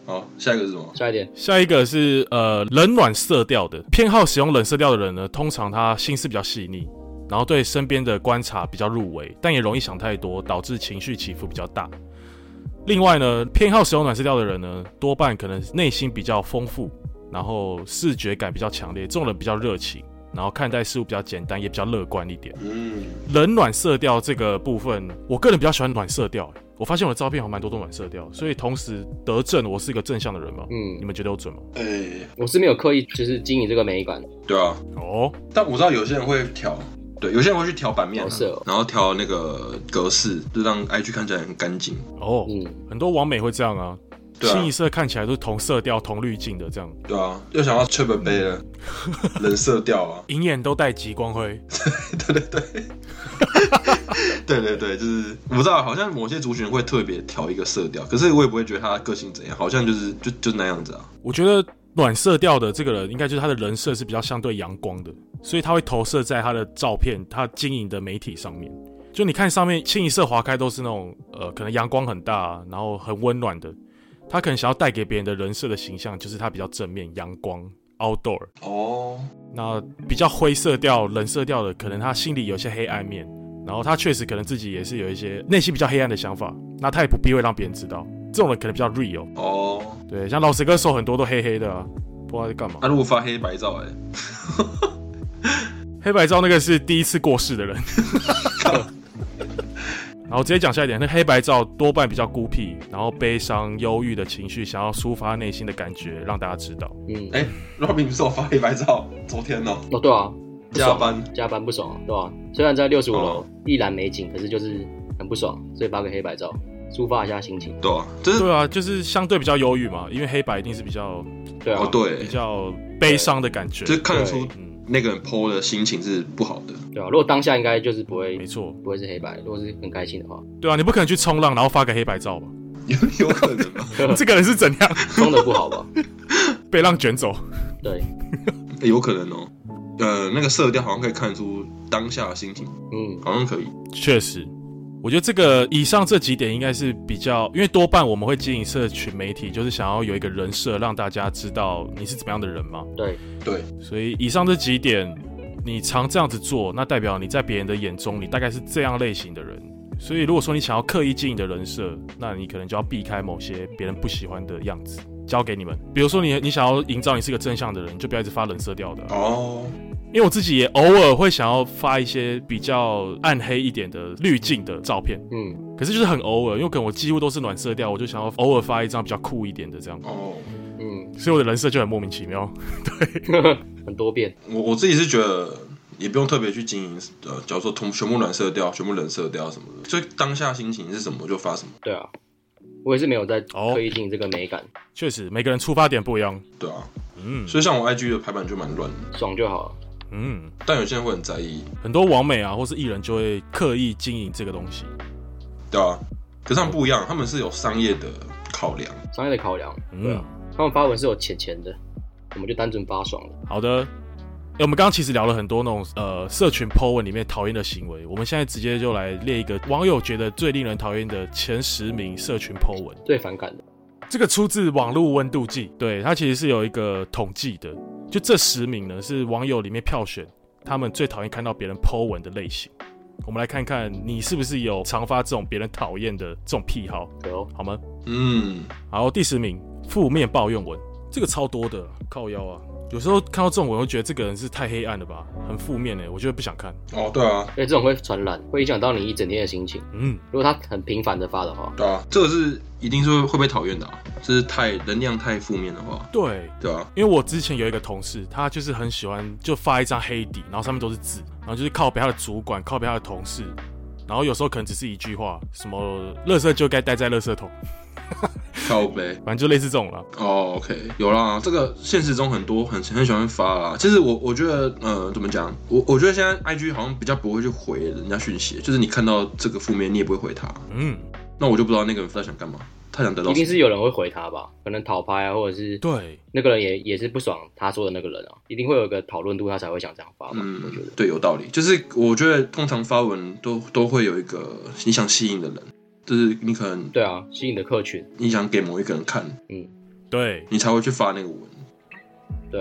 S1: 哦，下一个是什么？
S2: 下一点，
S3: 下一个是呃冷暖色调的，偏好使用冷色调的人呢，通常他心思比较细腻，然后对身边的观察比较入微，但也容易想太多，导致情绪起伏比较大。另外呢，偏好使用暖色调的人呢，多半可能内心比较丰富，然后视觉感比较强烈，这种人比较热情，然后看待事物比较简单，也比较乐观一点。
S1: 嗯，
S3: 冷暖色调这个部分，我个人比较喜欢暖色调、欸我发现我的照片好像蛮多都暖色调，所以同时得正，我是一个正向的人嘛。你
S2: 嗯，
S3: 们觉得我准吗？
S1: 哎、
S2: 我是没有刻意就是经营这个美感，
S1: 对啊，
S3: 哦，
S1: 但我知道有些人会调，对，有些人会去调版面、啊
S2: 调色哦，
S1: 然后调那个格式，就让 IG 看起来很干净。
S3: 哦，
S2: 嗯，
S3: 很多网美会这样啊，
S1: 对啊
S3: 清一色看起来都是同色调、同滤镜的，这样
S1: 对啊，又想要 t r i p 杯了，
S2: 嗯
S1: 冷色调啊，
S3: 银眼都带极光灰。
S1: 对对 对，对对对，就是我不知道，好像某些族群会特别调一个色调，可是我也不会觉得他个性怎样，好像就是就就那样子啊。
S3: 我觉得暖色调的这个人，应该就是他的人设是比较相对阳光的，所以他会投射在他的照片、他经营的媒体上面。就你看上面清一色划开都是那种呃，可能阳光很大，啊然后很温暖的。他可能想要带给别人的人设的形象，就是他比较正面、阳光、outdoor。
S1: 哦，
S3: 那比较灰色调、冷色调的，可能他心里有些黑暗面，然后他确实可能自己也是有一些内心比较黑暗的想法，那他也不避讳让别人知道。这种人可能比较 real，
S1: 哦，
S3: 对，像老石哥手很多都黑黑的啊，不知道在干嘛
S1: 那、。如果发黑白照、欸，哎，
S3: 黑白照那个是第一次过世的人。然后直接讲下一点，那黑白照多半比较孤僻，然后悲伤、忧郁的情绪，想要抒发内心的感觉，让大家知道。
S2: 嗯，
S1: 哎、r o b i n 不是我发黑白照，昨天哦、
S2: 哦，对啊，不
S1: 加
S2: 爽
S1: 班，
S2: 加班不爽啊，对吧、虽然在六十五楼
S1: 哦
S2: 一览美景，可是就是很不爽，所以发个黑白照抒发一下心情。
S1: 对啊，就是
S3: 对啊，就是相对比较忧郁嘛，因为黑白一定是比较
S2: 对啊，
S1: 哦，对
S3: 比，较悲伤的感觉。
S1: 就是看得出
S2: 对
S3: 嗯，
S1: 那个人 PO 的心情是不好的。
S2: 对啊，如果当下应该就是不会
S3: 没错，
S2: 不会是黑白，如果是很开心的话，
S3: 对啊，你不可能去冲浪然后发个黑白照吧？
S1: 有 有可能吧？
S3: 这个人是怎样
S2: 装的不好吧？
S3: 被浪卷走？
S2: 对，
S1: 欸 有可能哦。呃，那个色调好像可以看出当下的心情，
S2: 嗯，
S1: 好像可以。
S3: 确实，我觉得这个以上这几点应该是比较，因为多半我们会经营社群媒体，就是想要有一个人设，让大家知道你是怎么样的人嘛。
S2: 对，
S1: 对，
S3: 所以以上这几点，你常这样子做，那代表你在别人的眼中，你大概是这样类型的人。所以如果说你想要刻意经营你的人设，那你可能就要避开某些别人不喜欢的样子。交给你们，比如说你你想要营造你是个正向的人，你就不要一直发冷色调的啊、
S1: 哦，
S3: 因为我自己也偶尔会想要发一些比较暗黑一点的滤镜的照片，
S2: 嗯，
S3: 可是就是很偶尔，因为可能我几乎都是暖色调，我就想要偶尔发一张比较酷一点的这样，
S1: 哦，
S2: 嗯，
S3: 所以我的人设就很莫名其妙。
S2: 很多变，
S1: 我我自己是觉得也不用特别去经营，呃，假如说同全部暖色调、全部冷色调什么的，所以当下心情是什么就发什么，
S2: 对啊，我也是没有在
S3: 哦
S2: 刻意进行这个美感，
S3: 确实，每个人出发点不一样。
S1: 对啊。
S3: 嗯
S1: 所以像我 IG 的排版就蛮乱的，
S2: 爽就好了。
S3: 嗯，
S1: 但有些人会很在意，
S3: 很多网美啊，或是艺人就会刻意经营这个东西。
S1: 对啊。可是他们不一样，他们是有商业的考量。
S2: 商业的考量，对
S3: 嗯
S2: 啊，，他们发文是有钱钱的，我们就单纯发爽了。
S3: 好的。哎、我们刚刚其实聊了很多那种呃社群 po 文里面讨厌的行为，我们现在直接就来列一个网友觉得最令人讨厌的前十名社群 po 文。
S2: 最反感的，
S3: 这个出自网络温度计，对它其实是有一个统计的，就这十名呢是网友里面票选他们最讨厌看到别人 Po 文的类型。我们来看看你是不是有常发这种别人讨厌的这种癖好，
S2: 对哦，
S3: 好吗？
S1: 嗯，
S3: 好，第十名，负面抱怨文，这个超多的，靠腰啊！有时候看到这种文，我会觉得这个人是太黑暗了吧，很负面哎、我觉得不想看。
S1: 哦，对啊，
S2: 因为这种会传染，会影响到你一整天的心情。
S3: 嗯，
S2: 如果他很频繁的发的话，
S1: 对啊，这个是一定是会被讨厌的、啊，就是太能量太负面的话，
S3: 对，
S1: 对啊，
S3: 因为我之前有一个同事，他就是很喜欢就发一张黑底，然后上面都是字，然后就是靠北他的主管，靠北他的同事，然后有时候可能只是一句话，什么“垃圾就该待在垃圾桶
S1: 靠背。”，
S3: 反正就类似这种了。
S1: 哦，OK，有啦，这个现实中很多很很喜欢发啦。其实我我觉得，呃，怎么讲？我我觉得现在 IG 好像比较不会去回人家讯息，就是你看到这个负面，你也不会回他。
S3: 嗯，
S1: 那我就不知道那个人他想干嘛，他想得到
S2: 一定
S1: 什
S2: 是有人会回他吧？可能讨拍啊，或者是
S3: 对，
S2: 那个人也也是不爽他说的那个人啊，一定会有个讨论度，他才会想这样发吧？
S1: 么。嗯
S2: 我觉得，，
S1: 对，有道理。就是我觉得通常发文都都会有一个你想吸引的人，就是你可能
S2: 对啊，吸引的客群，
S1: 你想给某一个人看，
S2: 嗯，
S3: 对，
S1: 你才会去发那个文，
S2: 对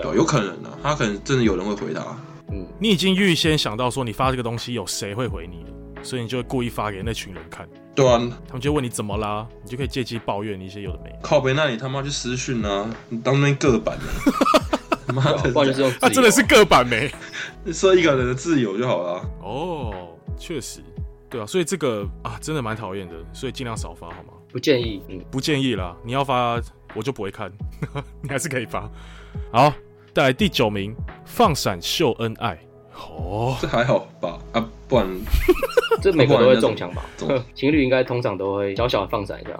S1: 对
S2: 啊
S1: 吧，有可能啊，他可能真的有人会回答，啊
S2: 嗯，
S3: 你已经预先想到说你发这个东西有谁会回你了，所以你就会故意发给那群人看，
S1: 对啊，
S3: 他们就问你怎么啦，你就可以借机抱怨一些有的没的。
S1: 靠北那里他妈去私讯啊，你当面个版啊， 妈
S2: 对啊不然就
S1: 的，
S2: 是用
S3: 啊，真的是
S2: 自由
S3: 个版没
S1: 设一个人的自由就好了啊。
S3: 哦，确实，对啊，所以这个啊真的蛮讨厌的，所以尽量少发好吗？
S2: 不建议，嗯，
S3: 不建议啦，你要发我就不会看， 你还是可以发。好，带来第九名，放闪秀恩爱。哦，
S1: 这还好吧？啊，不然
S2: 这每个都会中枪吧
S1: 不然要怎么？
S2: 情侣应该通常都会小小的放闪一下，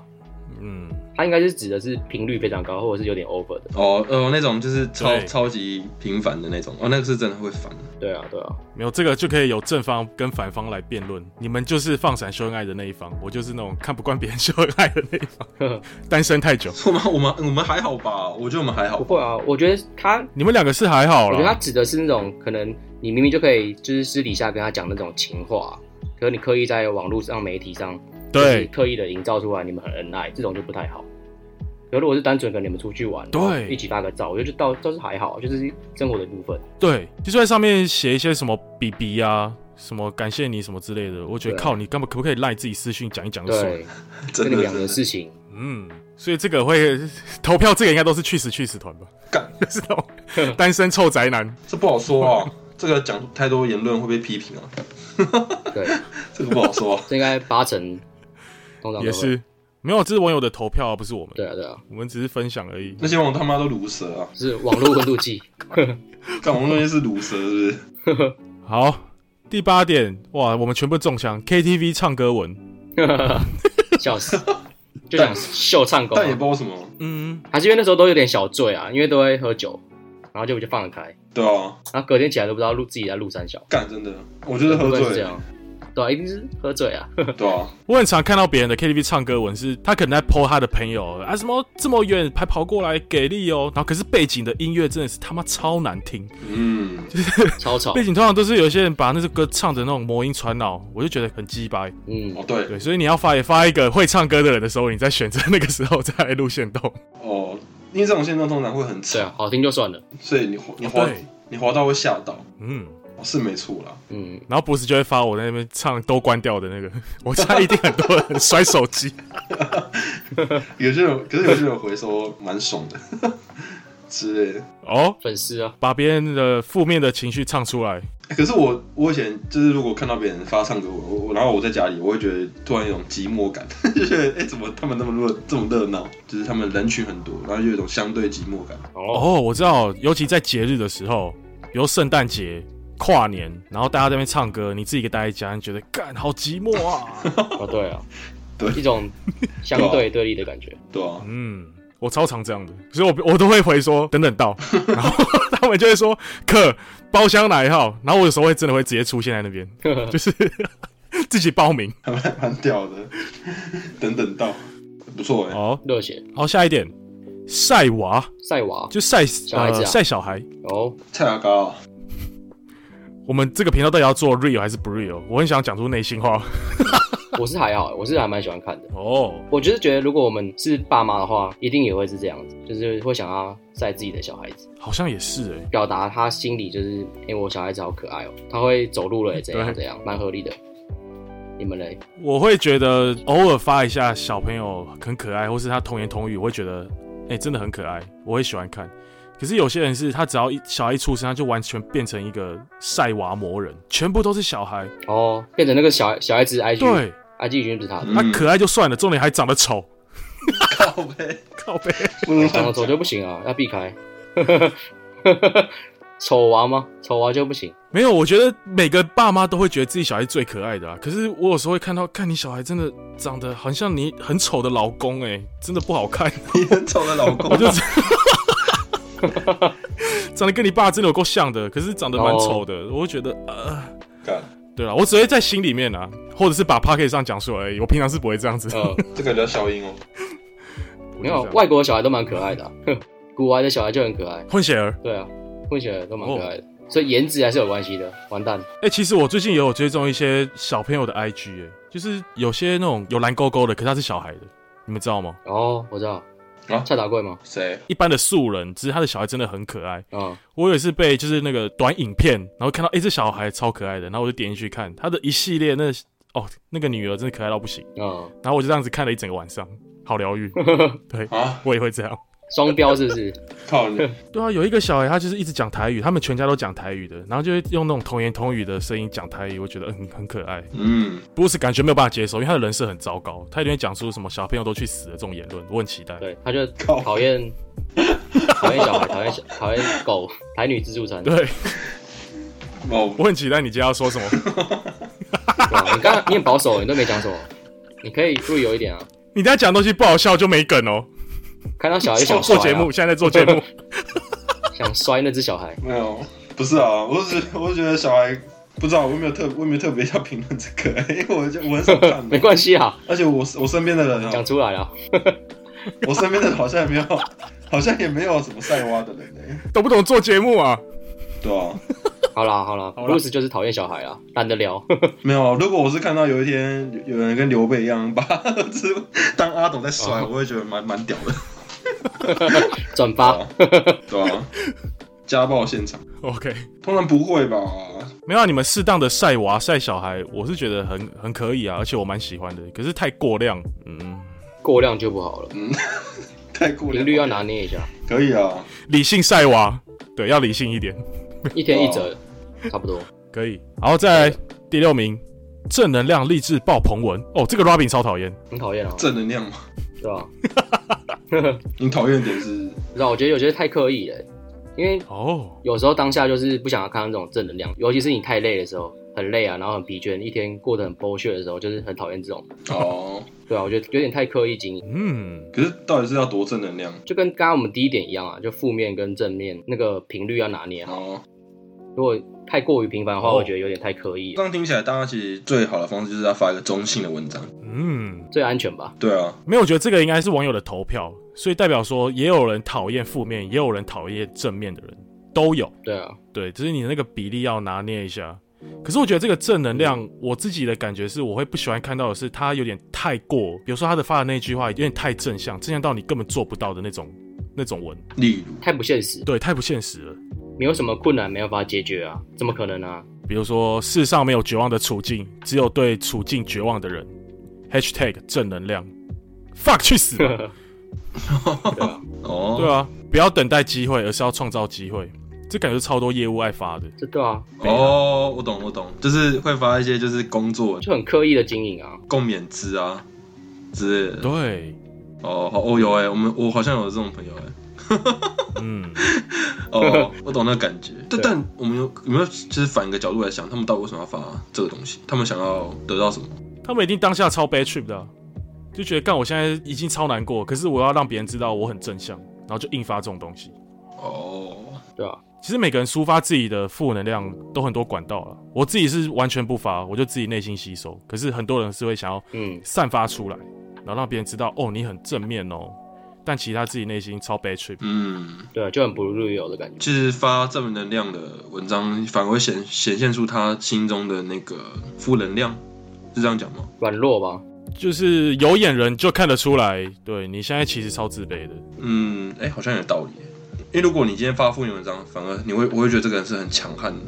S3: 嗯，
S2: 它应该是指的是频率非常高，或者是有点 over 的。
S1: 哦呃那种就是超
S3: 对
S1: 超级频繁的那种，哦那个是真的会烦。
S2: 对啊，对啊，
S3: 没有这个就可以有正方跟反方来辩论，你们就是放闪秀恩爱的那一方，我就是那种看不惯别人秀恩爱的那一方， 单身太久。
S1: 我们我们我们还好吧？我觉得我们还好
S2: 不。会啊，我觉得他，
S3: 你们两个是还好
S2: 我觉得他
S3: 啦，
S2: 指的是那种可能你明明就可以就是私底下跟他讲那种情话，可是你刻意在网络上、媒体上，就是
S3: 对
S2: 刻意的营造出来你们很恩爱，这种就不太好。可如果是单纯跟你们出去玩，
S3: 对
S2: 然后一起拍个照，我觉得就倒倒是还好，就是生活的一部分。
S3: 对，就算在上面写一些什么比比啊，什么感谢你什么之类的，我觉得
S2: 对
S3: 靠你干嘛可不可以赖自己私讯讲一讲就算了
S2: 对，，
S1: 真的
S2: 跟
S1: 真
S2: 你们两个
S1: 的
S2: 事情，
S3: 嗯，所以这个会投票，这个应该都是去死去死团吧，
S1: 干，
S3: 就是 那种单身臭宅男。
S1: 这不好说啊。这个讲太多言论会被批评啊，
S2: 对，
S1: 这个不好说、啊。
S2: 这应该八成通常都会
S3: 也。是没有，这是网友的投票、啊，不是我们，
S2: 对啊，对啊，
S3: 我们只是分享而已。
S1: 那些网友他妈都毒舌啊！
S2: 就是网络温度计。
S1: 干我们那些是毒舌是不
S2: 啊
S1: 是？
S3: 好，第八点，哇，我们全部中枪，KTV 唱歌文，
S2: 笑死，就想秀唱功、
S1: 但也不
S2: 啊，
S1: 知道为什么，
S3: 嗯，
S2: 还是因为那时候都有点小醉啊，因为都会喝酒，然后就就放得开，
S1: 对啊，
S2: 然后隔天起来都不知道路自己在路三小，
S1: 干真的，我就是喝
S2: 会不会是
S1: 醉
S2: 这
S1: 了，
S2: 样，对啊，一定是喝醉啊，
S1: 对啊，
S3: 我很常看到别人的 KTV 唱歌文是，他可能在 PO 他的朋友啊，什么这么远还跑过来给力哦，然后可是背景的音乐真的是他妈超难听，
S1: 嗯，
S2: 超吵
S3: 背，景通常都是有一些人把那首歌唱的那种魔音传脑，我就觉得很鸡掰。
S2: 嗯，
S1: 哦对，
S3: 对，所以你要发也发一个会唱歌的人的时候，你再选择那个时候再来录线动。
S1: 哦，因为这种现状通常会很
S2: 对
S1: 长，
S2: 啊，好听就算了，
S1: 所以你滑你滑
S3: 对
S1: 你滑到会吓到，
S3: 嗯，
S1: 哦是没错啦。
S2: 嗯，
S3: 然后博士就会发我在那边唱都关掉的那个， 我猜一定很多人摔手机。
S1: 有些人，可是有些人回收蛮爽的 之类的。
S3: 哦，
S2: 粉丝啊，
S3: 把别人的负面的情绪唱出来，
S1: 欸可是我，我以前就是如果看到别人发唱歌，我我然后我在家里，我会觉得突然有一种寂寞感， 就觉得哎、欸怎么他们那么热这么热闹，就是他们人群很多，然后就有一种相对寂寞感。
S2: 哦，
S3: 哦，我知道，尤其在节日的时候，比如圣诞节、跨年，然后大家在那边唱歌，你自己一个待在家，你觉得干好寂寞啊。
S2: 哦，对啊，
S1: 对
S2: 一种相对对立的感觉，
S1: 对啊，
S3: 嗯，我超常这样的，所以我我都会回说等等 到，然后他们就会说可包厢哪一号，然后我有时候会真的会直接出现在那边，就是 自己报名。
S1: 还蛮蛮屌的。等等到，不错哎、欸，
S3: 哦，
S2: 热血
S3: 好，下一点，晒娃
S2: 晒娃，
S3: 就晒
S2: 孩子
S3: 呃
S2: 啊
S3: 晒小孩。
S2: 哦，
S1: 蔡阿高啊，
S3: 我们这个频道到底要做 real 还是不 real？我很想讲出内心话。
S2: 我是还好，我是还蛮喜欢看的。
S3: 哦，
S2: 我就是觉得，如果我们是爸妈的话，一定也会是这样子，就是会想要晒自己的小孩子，
S3: 好像也是哎、
S2: 表达他心里就是，哎、我小孩子好可爱哦、他会走路了，怎样
S3: 对
S2: 怎样，蛮合理的。你们嘞？
S3: 我会觉得偶尔发一下小朋友很可爱，或是他童言童语，我会觉得哎、真的很可爱，我会喜欢看。可是有些人是他只要一小孩一出生，他就完全变成一个晒娃魔人，全部都是小孩。
S2: 哦，变成那个小小孩子 IG，
S3: 对，
S2: ，IG 已经不是他的，
S3: 他、
S1: 嗯
S3: 可爱就算了，重点还长得丑，
S1: 靠呗，
S3: 靠背。
S1: 不能
S2: 长
S1: 乱
S2: 得丑
S1: 讲。
S2: 就不行啊，要避开。 丑娃吗？丑娃就不行。
S3: 没有，我觉得每个爸妈都会觉得自己小孩最可爱的啊。可是我有时候会看到，看你小孩真的长得很像你很丑的老公、欸，真的不好看，
S1: 你很丑的老公，
S3: 我就长得跟你爸真的有够像的，可是长得蛮丑的，我会觉得呃，
S1: 干，
S3: 对了，我只会在心里面啊，或者是把 p o c k e t 上讲出来而已，我平常是不会这样子。
S2: 呃，
S1: 这个叫消音哦。
S3: 我就
S2: 没
S3: 这样
S2: 有，外国的小孩都蛮可爱的、啊，古玩的小孩就很可爱。
S3: 混血儿。
S2: 对啊，混血儿都蛮可
S3: 哦
S2: 爱的，所以颜值还是有关系的。完蛋，
S3: 哎、其实我最近也有追踪一些小朋友的 IG，哎、就是有些那种有蓝勾勾的，可是他是小孩的，你们知道吗？
S2: 哦，我知道，
S1: 啊
S2: 蔡达贵吗？
S1: 谁？
S3: 一般的素人，只是他的小孩真的很可爱。
S2: 嗯，
S3: 我也是被就是那个短影片，然后看到诶这小孩超可爱的，然后我就点进去看他的一系列那哦那个女儿真的可爱到不行，
S2: 嗯，
S3: 然后我就这样子看了一整个晚上，好疗 愈。对，
S1: 啊，
S3: 我也会这样。
S2: 双标是不 是？
S1: 靠你！
S3: 对啊，有一个小孩他就是一直讲台语，他们全家都讲台语的，然后就会用那种童言童语的声音讲台语，我觉得嗯很可爱。
S1: 嗯，
S3: 不过是感觉没有办法接受，因为他的人设很糟糕，他一定会讲出什么小朋友都去死的这种言论，我很期待。
S2: 对，他就
S1: 靠
S2: 讨厌讨厌小孩，讨厌小讨厌狗，台女自助餐。对
S3: 对，
S1: 哦，
S3: 我很期待你今天要说什么。
S2: 吧？你刚刚你很保守，你都没讲什么，你可以注意有一点啊。
S3: 你等一下讲的东西不好笑就没梗哦。
S2: 看到小孩就想
S3: 做
S2: 摔啊
S3: 节目，现在在做节目，
S2: 想摔那只小孩。
S1: 没有，不是啊，我只我觉得小孩不知道，我也没有特我也没有特别要评论这个，因为我就我很少看
S2: 没
S1: 的，
S2: 关系啊，
S1: 而且我我身边的人
S2: 讲
S1: 啊，
S2: 出来了。
S1: 我身边的人好像也没有， 好像也没有什么晒娃的人呢、
S3: 懂不懂做节目啊？
S1: 对啊，
S2: 好啦好啦，
S3: 好啦
S2: 布鲁斯就是讨厌小孩啊，懒得聊。
S1: 没有。啊如果我是看到有一天有有人跟刘备一样把儿子当阿斗在甩，
S2: 哦
S1: 我会觉得蛮蛮屌的，
S2: 转发，
S1: 对啊，家暴现场，
S3: OK，
S1: 通常不会吧？
S3: 没有、啊、你们适当的晒娃晒小孩，我是觉得很很可以啊，而且我蛮喜欢的。可是太过量，嗯，
S2: 过量就不好了，
S1: 太过了
S2: 频率要拿捏一下，
S1: 可以啊，
S3: 理性晒娃，对，要理性一点，
S2: 一天一折，差不多。
S3: 可以。然后再来第六名，正能量励志爆棚文哦，这个 Robin 超讨厌，
S2: 很讨 厌啊，
S1: 正能量嘛。
S2: 对吧、
S1: 你讨厌的点是
S2: 不知道，我觉得有些太刻意了，因为
S3: 哦，
S2: 有时候当下就是不想要看到这种正能量，尤其是你太累的时候，很累啊，然后很疲倦，一天过得很 bullshit 的时候，就是很讨厌这种。
S1: 哦，
S2: 对啊，我觉得有点太刻意经营，
S3: 嗯，
S1: 可是到底是要多正能量？
S2: 就跟刚刚我们第一点一样啊，就负面跟正面那个频率要拿捏好。
S1: 哦，
S2: 如果太过于频繁的话，
S3: 哦
S2: 我觉得有点太刻意
S1: 这
S2: 了，
S1: 样听起来，大家其实最好的方式就是要发一个中性的文章。
S3: 嗯，
S2: 最安全吧？
S1: 对啊，
S3: 没有，我觉得这个应该是网友的投票，所以代表说也有人讨厌负面，也有人讨厌正面的人，都有。
S2: 对啊，
S3: 对，只是你的那个比例要拿捏一下。可是我觉得这个正能量，我自己的感觉是，我会不喜欢看到的是，他有点太过，比如说他的发的那句话有点太正向，正向到你根本做不到的那种那种文，
S1: 例如，
S2: 太不现实，
S3: 对，太不现实了。
S2: 没有什么困难没有办法解决啊，怎么可能啊？
S3: 比如说，世上没有绝望的处境，只有对处境绝望的人。#hashtag 正能量，fuck 去死吧！
S2: 对啊，
S1: 哦，
S3: 对啊，不要等待机会，而是要创造机会。这感觉超多业务爱发的，
S2: 这对啊，
S1: 哦，我懂，我懂，就是会发一些就是工作
S2: 就很刻意的经营啊。
S1: 共勉之啊之类的。
S3: 对，
S1: 哦，好，哦有哎、我们我好像有这种朋友哎、
S3: 嗯，
S1: 哦，我懂那个感觉。但
S2: 对
S1: 但我们有有没有就是反一个角度来想，他们到底为什么要发这个东西？他们想要得到什么？
S3: 他们一定当下超 bad trip 的啊、就觉得干，我现在已经超难过，可是我要让别人知道我很正向，然后就硬发这种东西。
S1: 哦，
S2: 对啊，
S3: 其实每个人抒发自己的负能量都很多管道了，我自己是完全不发，我就自己内心吸收。可是很多人是会想要
S2: 嗯，
S3: 散发出来，然后让别人知道哦，你很正面哦，但其实他自己内心超 bad trip。
S1: 嗯，
S2: 对啊，就很不入流的感觉。
S1: 其实发正能量的文章，反而会显显现出他心中的那个负能量，是这样讲吗？
S2: 软弱吧，
S3: 就是有眼人就看得出来，对你现在其实超自卑的。
S1: 嗯，哎、好像有道理。因为如果你今天发负面文章，反而你会我会觉得这个人是很强悍的，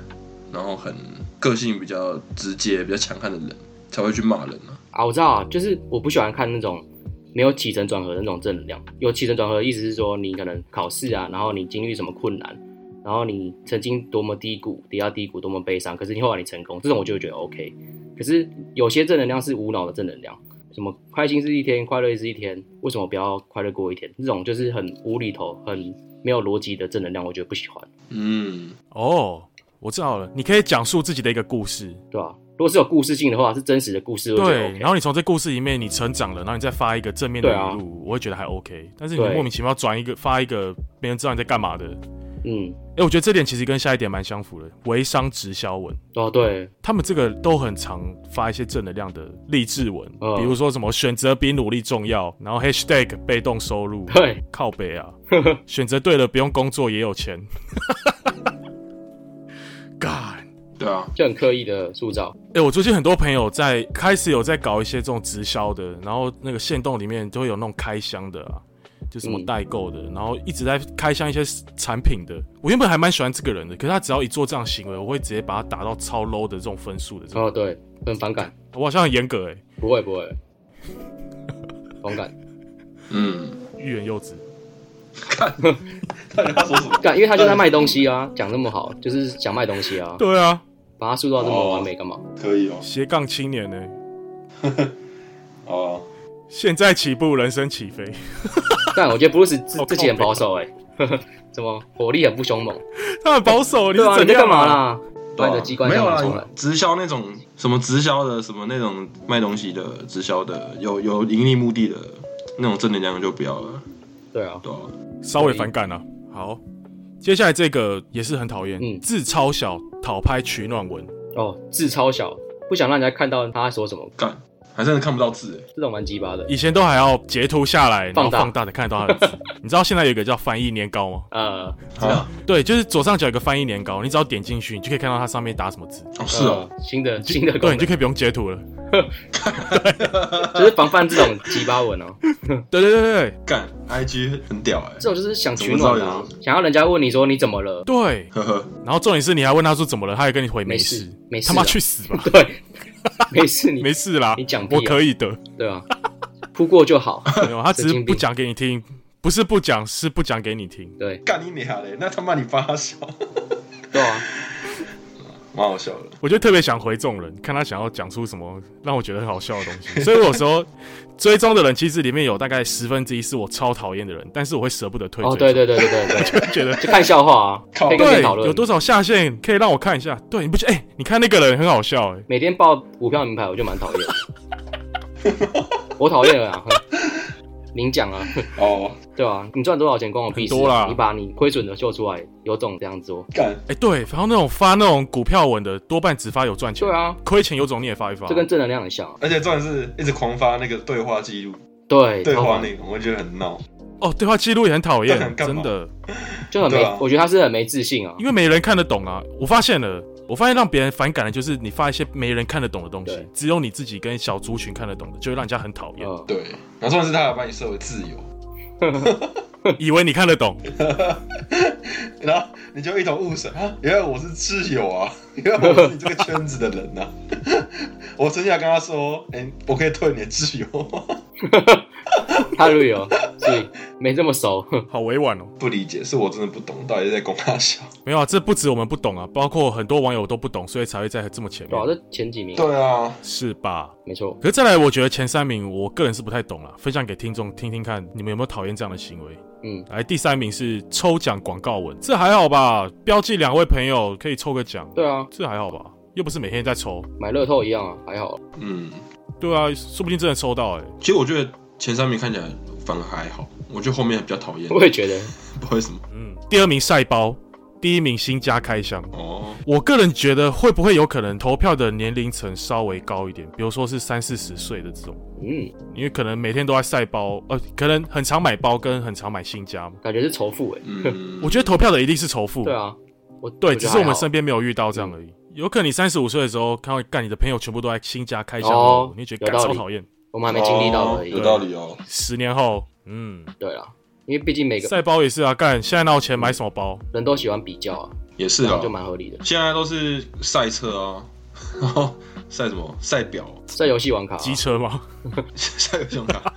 S1: 然后很个性比较直接、比较强悍的人才会去骂人啊。
S2: 啊，我知道啊，就是我不喜欢看那种没有起承转合的那种正能量。有起承转合的意思是说，你可能考试啊，然后你经历什么困难，然后你曾经多么低谷，跌到低谷，多么悲伤，可是你后来你成功，这种我就会觉得 OK。可是有些正能量是无脑的正能量，什么开心是一天，快乐也是一天，为什么不要快乐过一天？这种就是很无厘头、很没有逻辑的正能量，我觉得不喜欢，
S1: 嗯，
S3: 哦，我知道了，你可以讲述自己的一个故事，
S2: 对吧、如果是有故事性的话，是真实的故事，我就觉得
S3: 对，
S2: OK。
S3: 然后你从这故事里面你成长了，然后你再发一个正面的
S2: 对啊
S3: 语录，我会觉得还 OK。但是你
S2: 对
S3: 莫名其妙转一个发一个，别人知道你在干嘛的，
S2: 嗯，
S3: 哎、我觉得这点其实跟下一点蛮相符的，微商直销文。
S2: 哦，对，
S3: 他们这个都很常发一些正能量的励志文，
S2: 嗯
S3: 比如说什么选择比努力重要，然后 hashtag 被动收 入，
S2: 对，
S3: 靠北啊，选择对了不用工作也有钱。God，
S1: 对啊，
S2: 就很刻意的塑造。
S3: 哎、我最近很多朋友在开始有在搞一些这种直销的，然后那个线洞里面都会有那种开箱的啊，就什么代购的，然后一直在开箱一些产品的。我原本还蛮喜欢这个人的，可是他只要一做这样的行为，我会直接把他打到超 low 的这种分数的这种。
S2: 哦，对，很反感，
S3: 我好像很严格哎、
S2: 不会 不会，反感。
S1: 嗯，
S3: 欲言又止。
S1: 看他说什么？
S2: 干，因为他就在卖东西啊，讲那么好，就是想卖东西啊，
S3: 对啊，
S2: 把他塑造这
S1: 哦
S2: 么完美干嘛？
S1: 可以 哦，
S3: 斜杠青年呢、
S1: 哦，
S3: 现在起步，人生起飞。
S2: 但我觉得 Bruce 自
S3: 哦
S2: 自己很保守哎、欸， 怎么火力很不凶猛？
S3: 他很保守，你
S2: 对
S3: 是
S2: 啊，你
S3: 怎
S2: 在干
S3: 样
S2: 嘛
S3: 啊？
S2: 啦？把你的机关
S1: 没
S2: 枪
S1: 有
S2: 拿出来
S1: 啦，，直销那种什么直销的，什么那种卖东西的直销的，有有盈利目的的那种正能量就不要了，
S2: 对啊，
S1: 对吧、
S3: 稍微反感了、好，接下来这个也是很讨厌，
S2: 嗯
S3: 字超小，讨拍取暖文。
S2: 哦，字超小，不想让人家看到他说什么，
S1: 干，还真的看不到字哎，
S2: 这种蛮鸡巴的。
S3: 以前都还要截图下来，然后
S2: 放大
S3: 放大的看得到 他的字。你知道现在有一个叫翻译年糕吗？
S2: 呃，
S1: 知道
S3: 对，就是左上角有个翻译年糕，你只要点进去，你就可以看到它上面打什么字。
S1: 哦是哦，
S2: 呃新的
S3: 就
S2: 新的
S3: 对，
S2: 功
S3: 你就可以不用截图了。
S2: 能，就是防范这种鸡巴文哦。
S3: 对对对对
S1: 干，IG 很屌哎，
S2: 这种就是想取暖
S1: 怎
S2: 啊
S1: 么知，
S2: 想要人家问你说你怎么了？
S3: 对。
S1: 呵呵，
S3: 然后重点是你还问他说怎么了，他也跟你回
S2: 没
S3: 事
S2: 事，没事
S3: 他妈
S2: 啊，
S3: 去死吧
S2: 对，没事你
S3: 没事啦，
S2: 你讲屁啊
S3: 我可以的。
S2: 对啊，扑过就好。
S3: 没有，他只
S2: 神
S3: 是
S2: 经
S3: 不
S2: 病
S3: 讲给你听，不是不讲，是不讲给你听。
S2: 对
S1: 干你娘嘞，那他妈你发小，
S2: 对啊，
S1: 蛮好笑的，
S3: 我就特别想回这种人，看他想要讲出什么让我觉得很好笑的东西。 所以我有时候追踪的人，其实里面有大概十分之一是我超讨厌的人，但是我会舍不得退追。
S2: 哦对对对对对对，
S3: 对， 觉得
S2: 就看笑话 啊，
S1: 靠
S2: 可以跟
S3: 对
S2: 你讨论
S3: 有。多少下线可以让我看一下？对，你不觉得？哎、你看那个人很好笑哎、
S2: 每天报股票名牌，我就蛮讨厌的。我讨厌了啊！ 哼领奖啊，哼
S1: 哦，
S2: 对吧、你赚多少钱关我屁事啊、
S3: 很多啦
S2: 你把你亏损的秀出来，有种这样做。
S1: 干，
S3: 哎、对，然后那种发那种股票文的，多半只发有赚钱，
S2: 对，啊，
S3: 亏钱有种你也发一发。
S2: 这跟正能量很像啊、
S1: 而且重点是一直狂发那个对话记录、
S2: 对，
S1: 对
S2: 超
S1: 话
S2: 烦
S1: 内容，我觉得很闹，
S3: 哦，对话记录也 很讨
S1: 这
S3: 厌，
S1: 很干
S3: 真
S1: 嘛
S3: 的，
S2: 就很没、
S1: 对啊
S2: 我觉得他是很没自信啊
S3: 因。为没人看得懂啊。我发现了，我发现让别人反感的就是你发一些没人看得懂的东西
S2: 对，
S3: 只有你自己跟小族群看得懂的，就会让人家很讨厌，
S2: 嗯，
S1: 对，然后重点是他还把你设为自由。
S2: 嗯
S3: 以为你看得懂。
S1: 然后你就一头雾水啊，原来我是挚友啊， 原来我是你这个圈子的人呐、啊。 我曾经还跟他说，哎、我可以退你的挚友 吗？
S2: 他旅游，所以没这么熟。 哼
S3: 好委婉哦。
S1: 不理解，是我真的不懂，到底是在攻他笑。
S3: 没有啊，这不止我们不懂啊，包括很多网友都不懂，所以才会在这么前
S2: 对啊，
S3: 面，
S2: 这前几名
S1: 对啊，
S3: 是吧？
S2: 没错。
S3: 可是再来，我觉得前三名我个人是不太懂了，分享给听众听听看，你们有没有讨厌这样的行为？
S2: 嗯，
S3: 来，第三名是抽奖广告文，这还好吧？标记两位朋友可以抽个奖，
S2: 对啊，
S3: 这还好吧？又不是每天在抽，
S2: 买乐透一样啊，还好。
S1: 嗯，
S3: 对啊，说不定真的抽到哎、
S1: 其实我觉得前三名看起来反而还好，我觉得后面比较讨厌，不
S2: 我也觉得，
S1: 知道为什么。
S3: 嗯，第二名晒包，第一名新家开箱。
S1: 哦，
S3: 我个人觉得会不会有可能投票的年龄层稍微高一点，比如说是三四十岁的这种，
S2: 嗯，
S3: 因为可能每天都在晒包，呃，可能很常买包跟很常买新家嘛。
S2: 感觉是仇富哎、
S1: 嗯，
S3: 我觉得投票的一定是仇富，
S2: 对啊，我
S3: 对，
S2: 觉得
S3: 只是我
S2: 还
S3: 们
S2: 好嗯
S3: 身边没有遇到这样而已。有可能你三十五岁的时候，看到干你的朋友全部都在新家开箱，
S2: 哦
S3: 你就觉得
S2: 有
S3: 干
S2: 道
S3: 超
S2: 理
S3: 讨厌。
S2: 我们还没经历到而已。
S1: 哦有道理哦。
S3: 十年后，嗯，
S2: 对啦，因为毕竟每个
S3: 晒包也是啊，干现在闹钱买什么包？
S2: 人都喜欢比较啊，
S1: 也是
S2: 这
S1: 啊
S2: 样就，蛮合理的。
S1: 现在都是赛车啊， 然后赛什么赛表、哦
S2: 在游戏玩卡啊、
S3: 机车吗？
S1: 赛游泳 卡，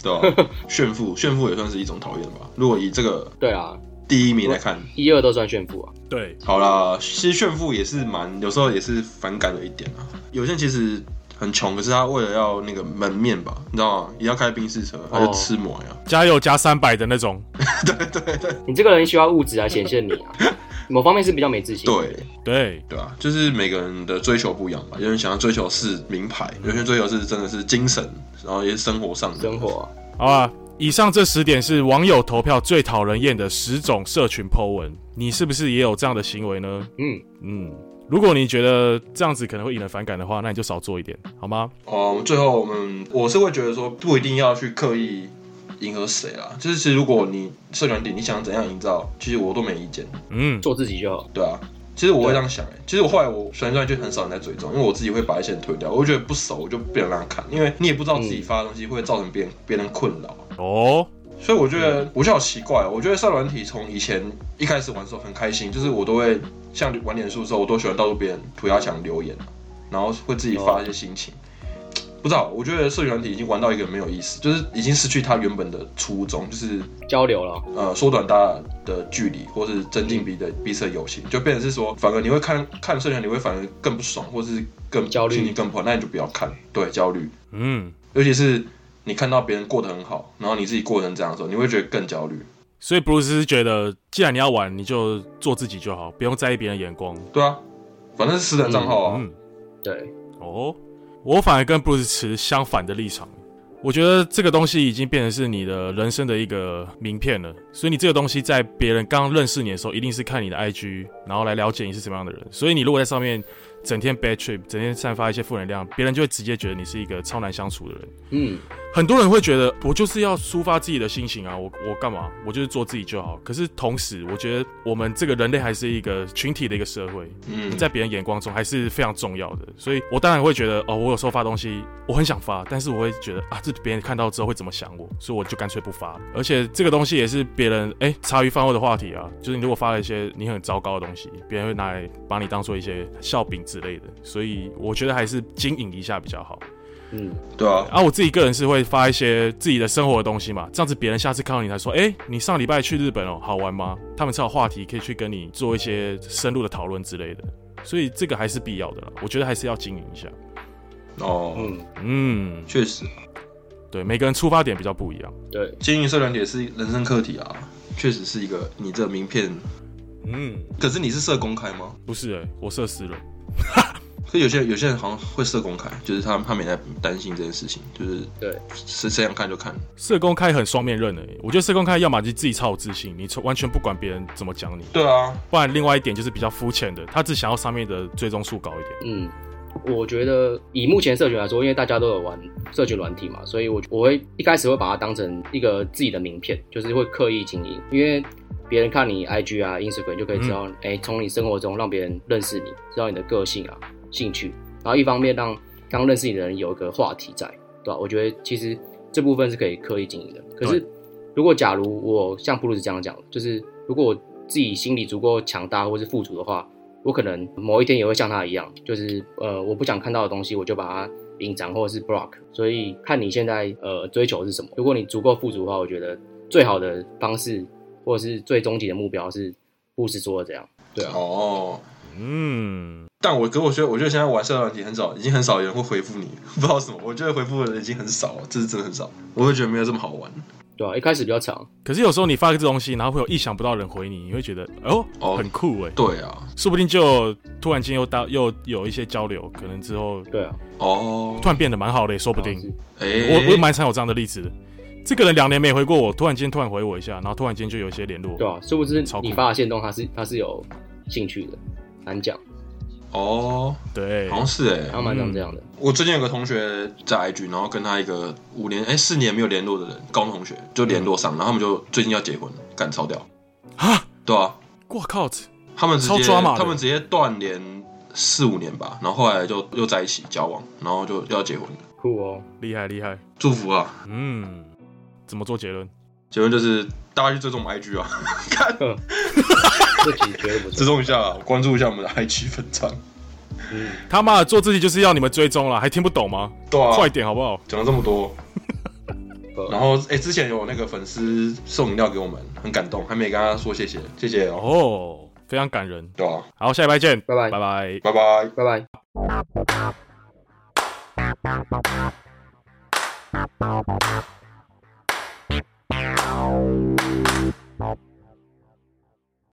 S1: 对吧、炫富，炫富也算是一种讨厌吧。如果以这个
S2: 对啊，
S1: 第一名来看，
S2: 一二都算炫富啊。
S3: 对，
S1: 好啦，其实炫富也是蛮，有时候也是反感的一点啊。有些人其实很穷，可是他为了要那个门面吧，你知道吗？也要开宾士车，他
S2: 哦
S1: 就吃馍呀、
S3: 加油加三百的那种。
S2: 你这个人需要物质来显现你啊，某方面是比较没自信。，
S1: 对
S3: 对，
S1: 对啊，就是每个人的追求不一样吧。有人想要追求是名牌，有些人追求是真的是精神，然后也是生活上的
S2: 嗯生。活啊、
S3: 好啊。以上这十点是网友投票最讨人厌的十种社群 Po 文，你是不是也有这样的行为呢？
S2: 嗯，
S3: 嗯，如果你觉得这样子可能会引人反感的话，那你就少做一点，好吗？
S1: 哦、最后我们我是会觉得说，不一定要去刻意迎合谁啦。就是其实如果你社团点你想怎样营造，其实我都没意见。
S3: 嗯，
S2: 做自己就好。
S1: 对啊，其实我会这样想、欸，其实我后来我虽然就很少人在追踪，因为我自己会把一些人推掉，我就觉得
S2: 嗯
S1: 不熟，我就不想让他看，因为你也不知道自己发的东西会造成别人别、人困扰，
S3: 哦，
S1: 所以我觉得我就好奇怪哦，我觉得社软体从以前一开始玩的时候很开心，就是我都会像玩脸书的时候，我都喜欢到处别人涂鸦墙留言，然后会自己发一些心情。不知道，我觉得社软体已经玩到一个没有意思，就是已经失去它原本的初衷，就是
S2: 交流了，
S1: 呃缩短大家的距离，或是增进彼的彼此的友情，就变成是说，反而你会看看社团，你会反而更不爽，或是更
S2: 焦虑
S1: 心情更不好，那你就不要看，对，焦虑，
S3: 嗯，
S1: 尤其是你看到别人过得很好，然后你自己过成这样的时候，你会觉得更焦虑。
S3: 所以布鲁斯是觉得，既然你要玩，你就做自己就好，不用在意别人的眼光。
S1: 对啊，反正是私人账号啊，
S3: 嗯，
S2: 对，
S3: 哦，我反而跟布鲁斯持相反的立场。我觉得这个东西已经变成是你的人生的一个名片了，所以你这个东西在别人刚认识你的时候，一定是看你的 IG，然后来了解你是什么样的人。所以你如果在上面整天 bad trip，整天散发一些负能量，别人就会直接觉得你是一个超难相处的人。
S2: 嗯，
S3: 很多人会觉得我就是要抒发自己的心情啊，我我干嘛？我就是做自己就好。可是同时，我觉得我们这个人类还是一个群体的一个社会，
S1: 嗯，
S3: 在别人眼光中还是非常重要的。所以我当然会觉得哦，我有时候发东西，我很想发，但是我会觉得啊，这别人看到之后会怎么想我，所以我就干脆不发了。而且这个东西也是别人哎茶余饭后的话题啊，就是你如果发了一些你很糟糕的东西，别人会拿来把你当做一些笑柄之类的。所以我觉得还是经营一下比较好。
S2: 嗯，
S1: 对啊，
S3: 啊，我自己个人是会发一些自己的生活的东西嘛，这样子别人下次看到你才说，哎、你上礼拜去日本哦，好玩吗？他们才有话题可以去跟你做一些深入的讨论之类的，所以这个还是必要的啦，我觉得还是要经营一下。
S1: 哦，
S2: 嗯，
S3: 嗯，
S1: 确实，
S3: 对，每个人出发点比较不一样。
S2: 对，
S1: 经营社团也是人生课题啊，确实是一个你这名片。
S3: 嗯，
S1: 可是你是社公开吗？
S3: 不是、欸，我设私了。
S1: 可有些有些人好像会社公开，就是他他没在担心这件事情，就是
S2: 对，
S1: 谁谁想看就看。
S3: 社工开很双面刃的、欸我觉得社工开要么就自己超有自信，你从完全不管别人怎么讲你；
S1: 对啊，
S3: 不然另外一点就是比较肤浅的，他只想要上面的追踪数高一点。
S2: 嗯，我觉得以目前社群来说，因为大家都有玩社群软体嘛，所以我我会一开始会把它当成一个自己的名片，就是会刻意经营，因为别人看你 IG 啊、Instagram 就可以知道，哎、从你生活中让别人认识你，知道你的个性啊、兴趣，然后一方面让刚认识你的人有一个话题在，对吧、我觉得其实这部分是可以刻意经营的。可是如果假如我像布鲁斯这样讲，就是如果我自己心理足够强大或是富足的话，我可能某一天也会像他一样，就是呃，我不想看到的东西，我就把它隐藏或者是 block。所以看你现在呃追求是什么。如果你足够富足的话，我觉得最好的方式或者是最终极的目标是布斯说的这样。对啊，
S1: 哦。
S3: 嗯，
S1: 但我可我觉得，我觉得现在玩社交软体很少，已经很少有人会回复你， 不知道为什么。我觉得回复的人已经很少了，这是真的很少。我会觉得没有这么好玩。
S2: 对啊，一开始比较长，
S3: 可是有时候你发个这东西，然后会有意想不到的人回你，你会觉得哦，
S1: 哦
S3: 很酷哎，
S1: 对啊，
S3: 说不定就突然间又到又有一些交流，可能之后
S2: 对啊，
S1: 哦
S3: 突，然变得蛮好的，也说不定
S2: 然后。是
S1: 哎、
S3: 我我蛮常有这样的例子的，这个人两年没回过我，突然间突然回我一下，然后突然间就有一些联络。
S2: 对啊，殊不知
S3: 超酷
S2: 你发的线动，他是他是有兴趣的，难讲，
S1: 哦，
S3: 对
S1: 好像是哎、
S2: 然后蛮像这样的。
S3: 嗯
S1: 我最近有个同学在 IG，然后跟他一个五年哎、四年没有联络的人，高中同学就联络上，然后他们就最近要结婚，赶超掉。
S3: 嗯啊，
S1: 对啊，
S3: 我靠，
S1: 他们直接
S3: 超 drama 的
S1: 他们直接断联四五年吧，然后后来就又在一起交往，然后就要结婚了，
S2: 酷哦，
S3: 厉害厉害，
S1: 祝福啊！
S3: 嗯，怎么做结论？
S1: 结婚就是大家去追踪我们 IG 啊， 看
S2: 这集绝对不
S1: 追
S2: 错。
S1: 踪一下啊，关注一下我们的 IG 粉trang。
S2: 嗯，
S3: 他妈的做自己就是要你们追踪了，还听不懂吗？
S1: 对
S2: 哦
S1: 啊，
S3: 快点好不好？
S1: 讲了这么 多，
S2: 呃
S1: 然后哎、之前有那个粉丝送饮料给我们，很感动，还没跟他说谢谢，谢谢哦，
S3: 哦，非常感人。
S1: 对吧、啊？
S3: 好，下礼拜见，
S2: 拜拜
S3: 拜拜。
S1: 拜拜。
S2: 拜拜。
S4: Thank